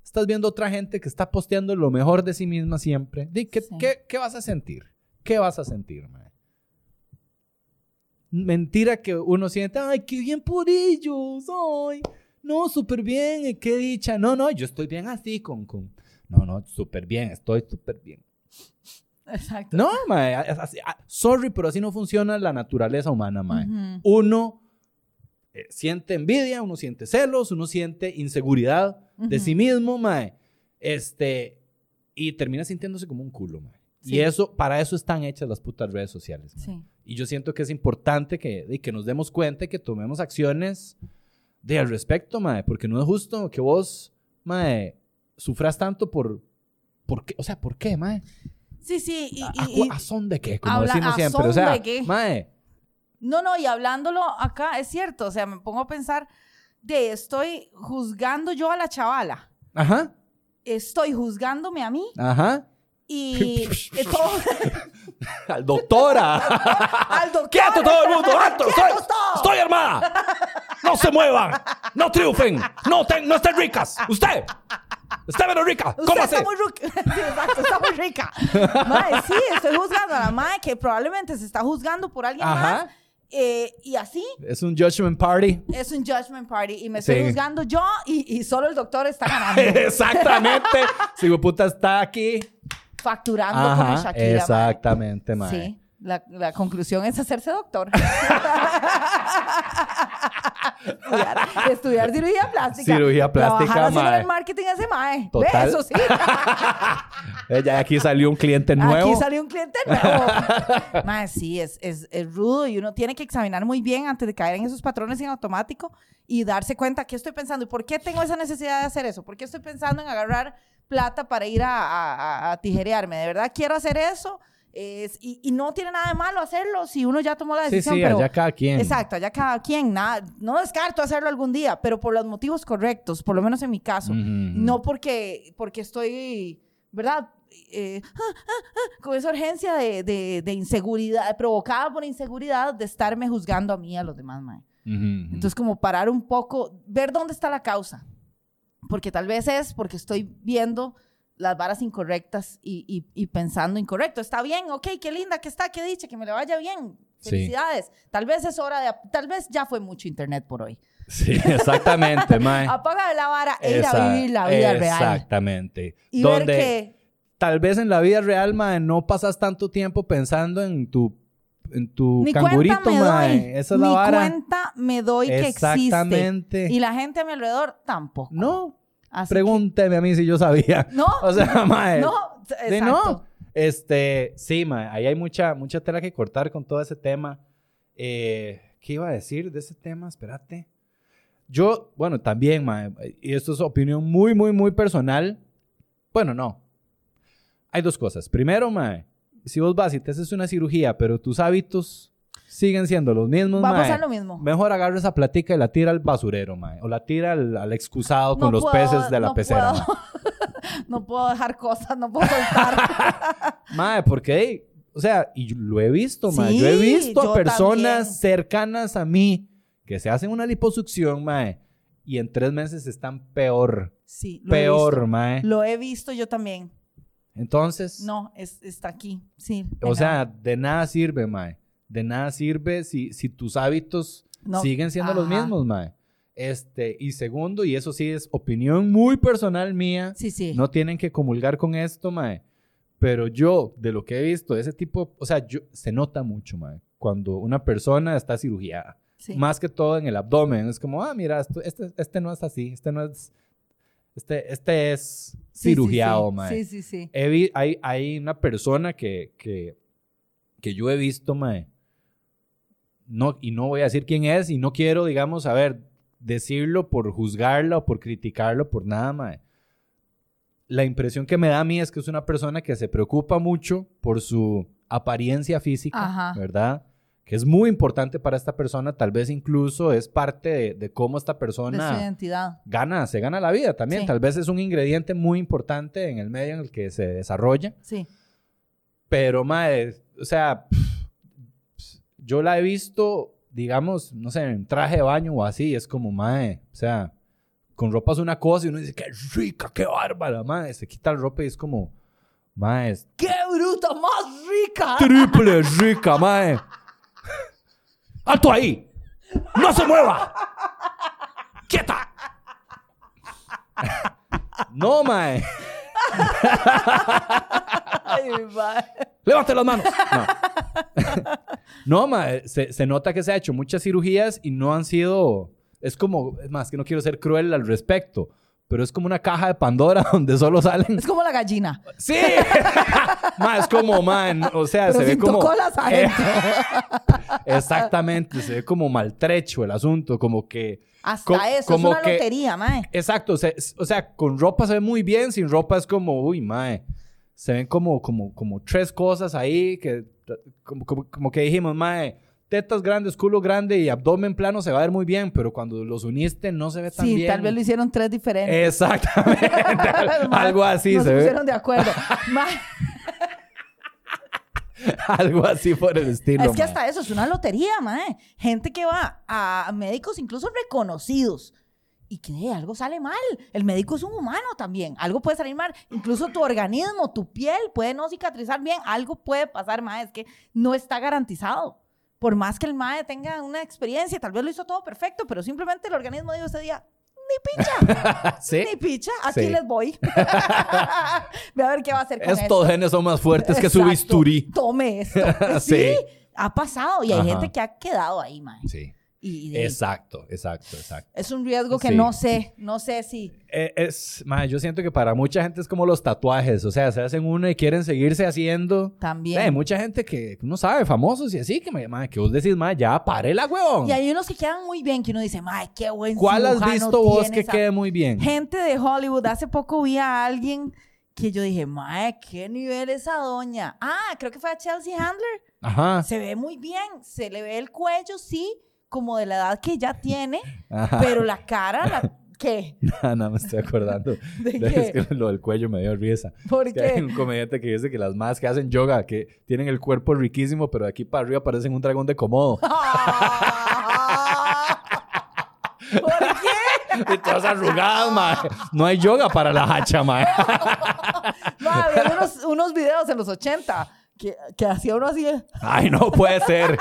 estás viendo otra gente que está posteando lo mejor de sí misma siempre. Di, ¿qué,
Sí.
qué- qué vas a sentir? ¿Qué vas a sentir, mae? Mentira que uno siente, ay, qué bien por ellos, ay, no, súper bien, eh, qué dicha. No, no, yo estoy bien así con... con no, no, súper bien, estoy súper bien.
Exacto.
No, mae, a- así- a- sorry, pero así no funciona la naturaleza humana, mae.
Ujú.
Uno eh, siente envidia, uno siente celos, uno siente inseguridad de
Ujú.
sí mismo, mae. Este, y termina sintiéndose como un culo, mae.
Sí.
Y eso, para eso están hechas las putas redes sociales. mae.
Sí.
Y yo siento que es importante que, de que nos demos cuenta y que tomemos acciones de al respecto, mae, porque no es justo que vos, mae, sufras tanto por, por qué, o sea, ¿por qué, mae?
Sí, sí. Y,
¿A,
y-
a cu-
y-
a son de qué? Como
Habla-
decimos
¿a
siempre.
son
O sea,
de qué?
mae,
no, no, y hablándolo acá, es cierto. O sea, me pongo a pensar de estoy juzgando yo a la chavala.
ajá,
Estoy juzgándome a mí
ajá.
y y todo-
Al doctora.
al doctor.
¡Quieto todo el mundo! ¡Alto! ¡Estoy,
¡Quietos todos!
estoy armada! ¡No se muevan! ¡No triunfen! ¡No, ten- no estén ricas! ¡Usted! ¡Usted menos rica!
Usted
¿Cómo
está
hace?
muy ruc- Sí, exacto, está muy rica. Mae, sí, estoy juzgando a la madre que probablemente se está juzgando por alguien
Ajá.
más. eh, y así
Es un judgment party.
es un judgment party y me
Sí.
estoy juzgando yo y, y solo el doctor está ganando,
Exactamente. Si mi puta está aquí.
facturando como
Ajá,
Shakira. mae.
exactamente, mae.
Sí, la, la conclusión es hacerse doctor. estudiar, estudiar cirugía plástica.
Cirugía plástica,
Trabajar haciendo
mae.
el marketing ese mae. Ve,
Total.
Eso sí.
Eh, Ya aquí salió un cliente nuevo.
Aquí salió un cliente nuevo. Mae, sí, es, es, es rudo y uno tiene que examinar muy bien antes de caer en esos patrones en automático y darse cuenta qué estoy pensando y por qué tengo esa necesidad de hacer eso. ¿Por qué estoy pensando en agarrar plata para ir a, a- a- a tijerearme? ¿De verdad quiero hacer eso? Es- y, y no tiene nada de malo hacerlo si uno ya tomó la
Sí,
decisión.
sí,
pero-
allá cada quien.
Exacto, allá cada quien. Nada, no descarto hacerlo algún día, pero por los motivos correctos, por lo menos en mi caso.
Ujú.
No porque, porque estoy, ¿verdad? Eh, ah, ah, ah, con esa urgencia de, de- de inseguridad, provocada por inseguridad de estarme juzgando a mí y a los demás, mae.
Ujú, ujú.
Entonces, como parar un poco, ver dónde está la causa. Porque tal vez es porque estoy viendo las varas incorrectas y, y- y pensando incorrecto. Está bien, ok, qué linda que está, qué dicha, que me le vaya bien.
Sí.
Felicidades. Tal vez es hora de... Tal vez ya fue mucho internet por hoy.
Sí, exactamente, mae.
Apaga la vara e ir
Eh. Esa-
a vivir la vida real.
Exactamente.
Y
Donde
ver que...
tal vez en la vida real, mae, no pasas tanto tiempo pensando en tu, en tu
Ni
cangurito,
cuenta me
mae.
doy.
Esa es la
Ni
vara.
cuenta me doy que existe.
Exactamente.
Y la gente a mi alrededor tampoco.
No,
Así
pregúnteme a mí si yo sabía.
que- no,
O sea, mae.
no, exacto.
de no. Este, sí, mae, ahí hay mucha, mucha tela que cortar con todo ese tema. Eh, ¿Qué iba a decir de ese tema? Espérate. Yo, bueno, también, mae, y esto es opinión muy, muy, muy personal. Bueno, no. Hay dos cosas. Primero, mae, si vos vas y te haces una cirugía, pero tus hábitos siguen siendo los mismos,
Va a
pues, mae,
pasar lo mismo.
Mejor agarra esa platica y la tira al basurero, mae. O la tira al, al excusado con
No
los
puedo,
peces de la
no
pecera,
puedo.
mae.
No puedo dejar cosas, no puedo soltar.
Mae, porque, hey, o sea, y yo lo he visto, mae.
Sí,
yo he visto
yo
a personas
también.
cercanas a mí que se hacen una liposucción, mae, y en tres meses están peor,
Sí, lo he
peor,
visto.
mae.
Lo he visto yo también.
Entonces,
No, es, está aquí. Sí. de
o sea,
nada.
de nada sirve, mae. De nada sirve si, si tus hábitos
No,
siguen siendo los
ajá.
mismos, mae. Este, y segundo, y eso sí es opinión muy personal mía,
Sí, sí.
No tienen que comulgar con esto, mae. Pero yo, de lo que he visto, ese tipo, o sea, yo, se nota mucho, mae, cuando una persona está cirugiada.
sí.
Más que todo en el abdomen. Es como, ah, mira, esto- este, este no es así, este no es, este, este es
Sí, sí,
cirugiado,
sí.
mae.
Sí, sí, sí.
He vi- hay, hay una persona que, que, que yo he visto, mae. No, y no voy a decir quién es y no quiero, digamos, a ver, decirlo por juzgarla o por criticarlo, por nada, mae. La impresión que me da a mí es que es una persona que se preocupa mucho por su apariencia física,
Ajá.
¿verdad? que es muy importante para esta persona, tal vez incluso es parte de, de cómo esta
de su
persona
identidad.
gana, se gana la vida también,
Sí.
tal vez es un ingrediente muy importante en el medio en el que se desarrolla,
Sí.
pero mae, o sea, pff, yo la he visto, digamos, no sé, en traje de baño o así, y es como mae, o sea, con ropa es una cosa y uno dice, qué rica, qué bárbara, mae, se quita la ropa y es como, mae, es
¡Qué bruta más rica!
triple rica, mae. ¡Alto ahí! ¡No se mueva! ¡Quieta! No, mae.
Ay, mae.
Levante las manos. No, No, mae. Se, se nota que se ha hecho muchas cirugías y no han sido. Es como, es más, que no quiero ser cruel al respecto, pero es como una caja de Pandora donde solo salen.
Es como la gallina.
¡Sí! mae, es como, mae. no- O sea,
Pero
se ve
sin
como.
colas adentro.
Exactamente, se ve como maltrecho el asunto, como que...
Hasta
co-
eso.
como
es una
que-
lotería, mae.
Exacto, se- o sea, con ropa se ve muy bien, sin ropa es como, uy, mae. Se ven como, como, como tres cosas ahí, que, como, como- como que dijimos, mae, tetas grandes, culo grande y abdomen plano se va a ver muy bien, pero cuando los uniste no se ve tan
Sí,
bien.
tal vez lo hicieron tres diferentes.
Exactamente,
Mae,
Eh, algo así
no
se
se
ve,
pusieron de acuerdo. Mae,
algo así por el estilo.
es que
mae.
hasta eso es una lotería, mae. Gente que va a médicos incluso reconocidos y que de algo sale mal. El médico es un humano también. Algo puede salir mal. Incluso tu organismo, tu piel puede no cicatrizar bien. Algo puede pasar, mae. Es que no está garantizado. Por más que el mae tenga una experiencia, tal vez lo hizo todo perfecto, pero simplemente el organismo dijo ese día, ni picha,
Sí,
ni picha, aquí
Sí.
les voy. Ve a ver qué va a hacer con esto.
estos genes son más fuertes que su
Exacto.
bisturí.
Tome esto. Pues
Sí.
sí. ha pasado y hay
Ajá.
gente que ha quedado ahí, man.
Sí.
Y, y de-
Exacto, exacto, exacto.
es un riesgo que
Sí.
no sé, no sé si.
Eh, Es, mae, yo siento que para mucha gente es como los tatuajes, o sea, se hacen uno y quieren seguirse haciendo.
También.
Hay mucha gente que uno sabe, famosos y así, que, me, mae, que vos decís, mae, ya pare la huevón.
Y hay unos que quedan muy bien, que uno dice, ¡ay, qué buen
¿Cuál has
cirujano
visto vos
tiene
que
esa-".
quede muy bien?
Gente de Hollywood, hace poco vi a alguien que yo dije, ¡mae, qué nivel esa doña! Ah, creo que fue a Chelsea Handler.
Ajá,
Se ve muy bien, se le ve el cuello, sí, como de la edad que ya tiene,
ajá.
pero la cara, la... ¿qué?
Nada, me estoy acordando.
¿De
Es
qué?
que lo del cuello me dio risa.
¿Por
Que hay
qué?
un comediante que dice que las más que hacen yoga, que tienen el cuerpo riquísimo, pero de aquí para arriba parecen un dragón de comodo.
¿Por qué?
y todas arrugadas, mae. No hay yoga para la hacha, mae.
No, había unos, unos videos en los 80 que, que hacía uno así.
Ay, no puede ser.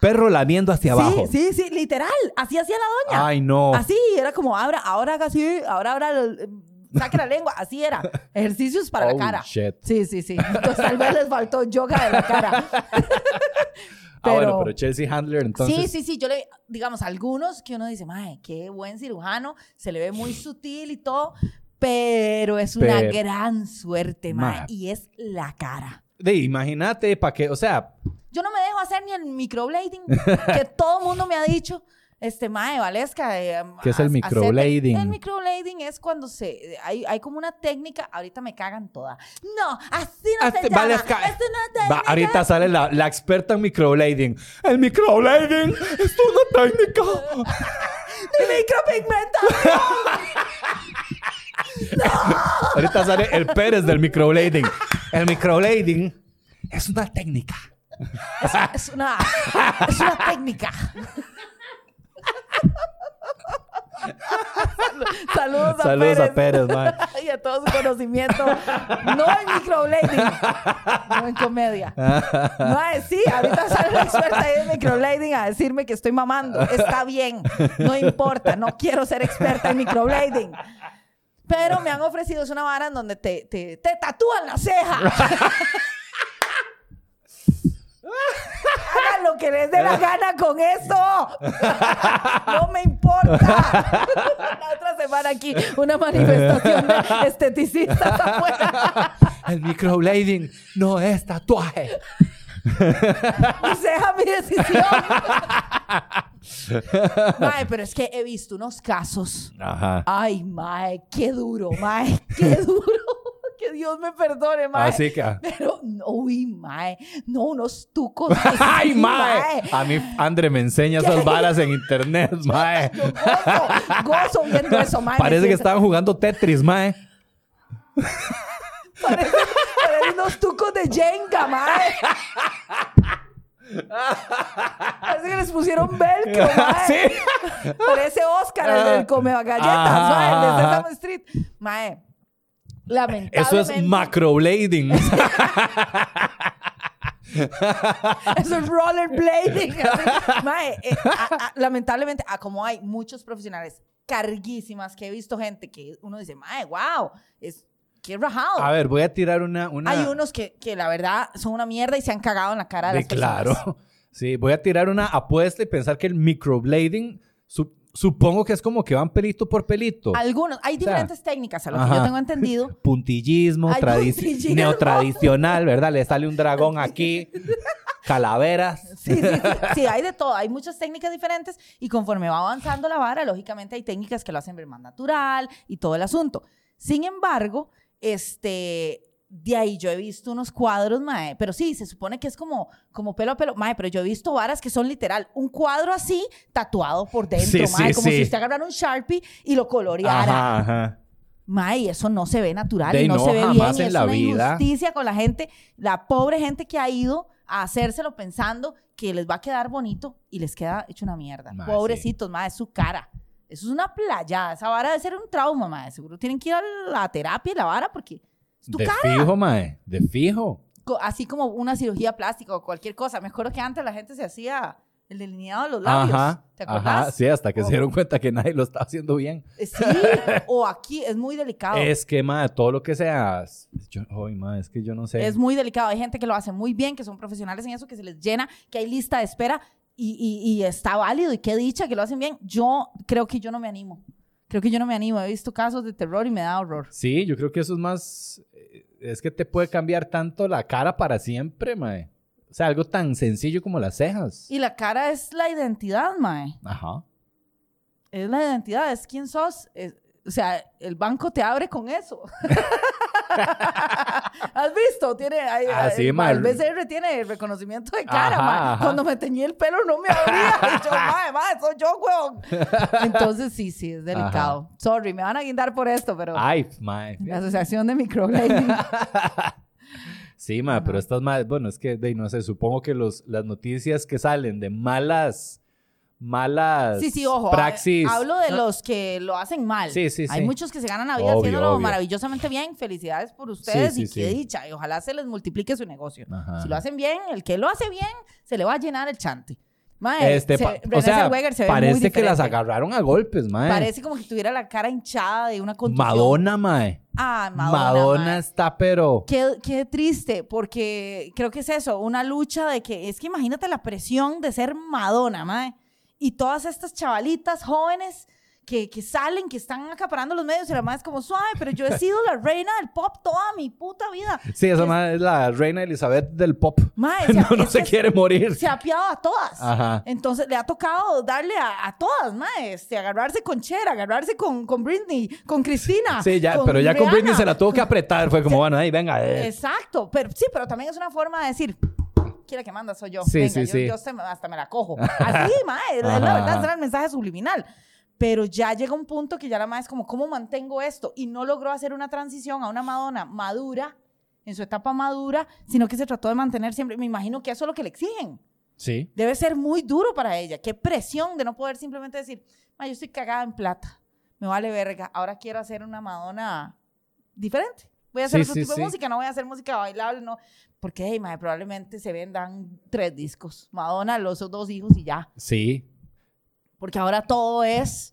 Perro lamiendo hacia abajo.
Sí, sí, sí, literal. Así hacía la doña.
Ay, no.
Así, era como, ahora, ahora haga así, ahora, ahora, eh, saque la lengua. Así era. Ejercicios para
Oh,
la cara.
shit.
Sí, sí, sí. Entonces tal vez les faltó yoga de la cara.
Ah, bueno,
pero-
pero Chelsea Handler, entonces.
sí, sí, sí. Yo le, digamos, algunos que uno dice, mae, qué buen cirujano, se le ve muy sutil y todo, pero es una
Pero-
gran suerte, mae,
Ma.
y es la cara.
De, imagínate, para que, o sea,
Yo no me dejo hacer ni el microblading, que todo el mundo me ha dicho. Este, mae, Valesca. eh,
¿Qué es el
ac-
microblading?
acepte- El microblading es cuando se. Hay, hay como una técnica. Ahorita me cagan toda. No, así no
Este,
se llama.
Valesca,
es una técnica.
va- ahorita sale la, la experta en microblading. El microblading es una técnica.
de micropigmentación.
ahorita sale el Pérez del microblading. El microblading es una técnica.
Es una, es una técnica. Saludos a
Saludos
Pérez.
a Pérez, mae.
y a todo su conocimiento. No en microblading, no en comedia. Mae, eh, sí, ahorita sale la experta ahí en microblading a decirme que estoy mamando. Está bien, no importa, no quiero ser experta en microblading. Pero me han ofrecido es una vara en donde te, te, te tatúan la ceja. Hagan lo que les dé la gana con eso. No me importa. La otra semana aquí, una manifestación de esteticistas afuera.
El microblading no es tatuaje.
Y sea mi decisión. Mae, pero es que he visto unos casos.
Ajá.
Ay, mae, qué duro, mae, qué duro. Que Dios me perdone, mae.
Así que. ah.
Pero, no, uy, mae. No, unos tucos.
¡Ay,
así,
mae! A mí, Andre me enseña esas varas en internet, mae.
Yo gozo, gozo viendo eso, mae.
Parece
Me
que
siento-
estaban jugando Tetris, mae.
Parece, parece unos tucos de Jenga, mae. Parece que les pusieron velcro, mae.
Sí.
Parece Oscar, el del Come Galletas,
Ajá,
mae, el de
ajá.
Sesame Street. Mae, lamentablemente.
Eso es macroblading.
Eso es rollerblading. Mae, eh, a- a- lamentablemente, a como hay muchos profesionales carguísimas que he visto gente que uno dice, mae, wow, es, qué rajado.
A ver, voy a tirar una. una...
Hay unos que, que la verdad son una mierda y se han cagado en la cara de,
De
las personas.
claro. Sí, voy a tirar una apuesta y pensar que el microblading, su- supongo que es como que van pelito por pelito.
Algunos, hay
sea,
diferentes técnicas, a lo que
ajá.
yo tengo entendido.
Puntillismo,
Ay,
tradi-
puntillismo.
neotradicional, ¿verdad? Le sale un dragón aquí, calaveras.
Sí, sí, sí, sí, hay de todo, hay muchas técnicas diferentes y conforme va avanzando la vara, lógicamente hay técnicas que lo hacen ver más natural y todo el asunto. Sin embargo, este, de ahí yo he visto unos cuadros, mae, pero sí, se supone que es como, como pelo a pelo, mae, pero yo he visto varas que son literal, un cuadro así tatuado por dentro,
Sí,
mae,
sí,
como
sí.
si usted agarrara un Sharpie y lo coloreara.
Ajá, ajá.
Mae, eso no se ve natural
De
y no,
no,
se ve bien.
jamás
y
en
es
la
una
vida.
injusticia con la gente, la pobre gente que ha ido a hacérselo pensando que les va a quedar bonito y les queda hecho una mierda.
Mae,
Pobrecitos, mae, es su cara. Eso es una playa. Esa vara debe ser un trauma, mae. Seguro tienen que ir a la terapia y la vara porque es tu
De
cara.
fijo, mae. De fijo.
Co- Así como una cirugía plástica o cualquier cosa. Me acuerdo que antes la gente se hacía el delineado de los labios.
Ajá.
¿Te acordás?
Ajá. Sí, hasta que
Oh.
se dieron cuenta que nadie lo estaba haciendo bien.
Eh, Sí, o aquí es muy delicado.
Es que, mae, todo lo que seas. Yo, ay, mae, es que yo no sé.
Es muy delicado. Hay gente que lo hace muy bien, que son profesionales en eso, que se les llena, que hay lista de espera y, y- y está válido y qué dicha que lo hacen bien. Yo creo que yo no me animo. Creo que yo no me animo. He visto casos de terror y me da horror.
Sí, yo creo que eso es más. eh, Es que te puede cambiar tanto la cara para siempre, mae. O sea, algo tan sencillo como las cejas.
Y la cara es la identidad, Mae.
Ajá.
Es la identidad, es quién sos. Es- o sea, el banco te abre con eso. ¿Has visto? Tiene, hay-
Ah, sí,
el-
mae.
El BCR tiene reconocimiento de cara,
Ajá,
mae.
ajá.
Cuando me teñí el pelo no me abría. Y yo, mae, mae, soy yo, huevón. Entonces, sí, sí, es delicado. Sorry, me van a guindar por esto, pero
Ay, mae.
la asociación de microblading.
Sí, mae, pero estas mae. Bueno, es que, de, no sé, supongo que los, las noticias que salen de malas. Malas.
sí, sí, ojo.
Praxis.
ha- Hablo de
No,
los que lo hacen mal.
Sí, sí,
Hay
sí.
muchos que se ganan la vida
Obvio,
haciéndolo
obvio.
maravillosamente bien. Felicidades por ustedes
Sí,
y
sí,
qué
sí.
dicha. Y ojalá se les multiplique su negocio.
Ajá.
Si lo hacen bien, el que lo hace bien, se le va a llenar el chante. Mae,
este,
se-
pa-
René
o sea,
Zellweger se ve muy
parece que las
diferente.
agarraron a golpes, mae.
Parece como que tuviera la cara hinchada de una contusión.
Madonna, mae.
Ah, Madonna.
Madonna,
mae.
está, pero.
Qué, qué triste, porque creo que es eso, una lucha de que, es que imagínate la presión de ser Madonna, mae. Y todas estas chavalitas jóvenes que, que salen, que están acaparando los medios y la madre es como, suave, pero yo he sido la reina del pop toda mi puta vida.
Sí, esa
Es-
mae es la reina Elizabeth del pop.
Mae, se-
No, no
es
se
que es-
quiere morir.
se ha apiado a todas.
Ajá.
Entonces le ha tocado darle a, a todas, mae, este, agarrarse con Cher, agarrarse con, con Britney, con Cristina.
Sí, ya,
con
pero ya con Britney
Rihanna.
se la tuvo que apretar. Fue como, bueno, ahí, venga. eh.
Exacto, pero sí, pero también es una forma de decir, quiera que manda soy yo.
Sí,
Venga,
sí,
yo,
sí.
yo se- hasta me la cojo. Así, mae, es la
Ajá,
verdad,
ajá.
ese era el mensaje subliminal. Pero ya llega un punto que ya la madre es como, ¿cómo mantengo esto? Y no logró hacer una transición a una Madonna madura, en su etapa madura, sino que se trató de mantener siempre. Me imagino que eso es lo que le exigen.
Sí.
Debe ser muy duro para ella. Qué presión de no poder simplemente decir, "Ma, yo estoy cagada en plata, me vale verga, ahora quiero hacer una Madonna diferente. Voy a hacer
Sí,
otro
sí,
tipo
sí.
de música, no voy a hacer música bailable, no. Porque, hey, ma, probablemente se vendan tres discos. Madonna, los dos hijos y ya.
Sí.
Porque ahora todo es...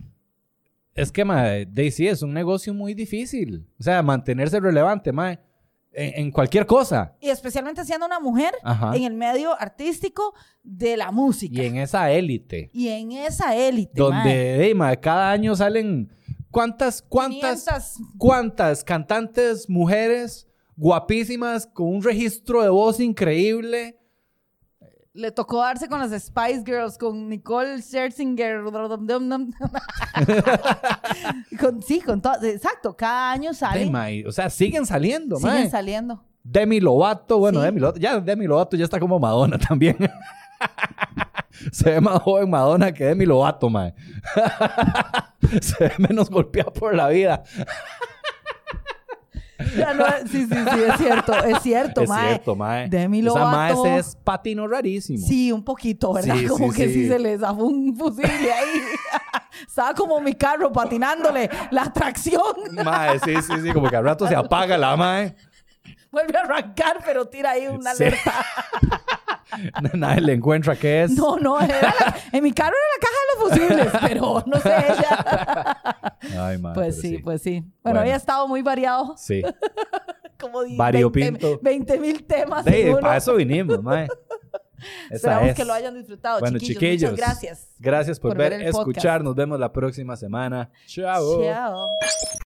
Es que, mae, Daisy es un negocio muy difícil. O sea, mantenerse relevante, mae. En, en cualquier cosa.
Y especialmente siendo una mujer
Ajá.
en el medio artístico de la música.
Ah. Y en esa élite.
Y en esa élite, ma.
Donde, hey, mae, cada año salen. ¿Cuántas, cuántas,
500
cuántas cantantes mujeres guapísimas con un registro de voz increíble?
le tocó darse con las Spice Girls, con Nicole Scherzinger, con, sí, con todo, exacto, cada año
Ay,
salen,
mae, o sea, siguen saliendo,
siguen
mae.
saliendo.
Demi Lovato, bueno,
Sí.
Demi Lovato, ya Demi Lovato ya está como Madonna también. Se ve más joven Madonna que Demi Lovato, mae. Se ve menos golpeada por la vida.
Ya no- sí, sí, sí, es cierto, es cierto,
es
mae.
cierto, mae.
Demi
Esa mae
Lovato.
se es patino rarísimo.
Sí, un poquito, ¿verdad?
Sí,
como
sí,
que
sí.
sí. se le zafó un fusible ahí. Estaba como mi carro patinándole la tracción.
Mae, sí, sí, sí, como que al rato se apaga la mae.
Vuelve a arrancar, pero tira ahí una
Sí.
alerta.
Nadie le encuentra qué es.
No, no, era la- en mi carro era la caja de los fusibles, pero no sé ella.
Ay, mae, Ah,
Pues
pero
sí, pues sí. Bueno,
Bueno.
había estado muy variado,
Sí.
como di-
Variopinto.
20 mil temas.
De,
ninguno.
para eso vinimos, mae. Esa
Esperamos
es.
que lo hayan disfrutado,
Bueno,
chiquillos.
chiquillos.
Muchas gracias.
Gracias por,
por
ver,
ver el
escuchar. Nos vemos la próxima semana. Chao.
Chao.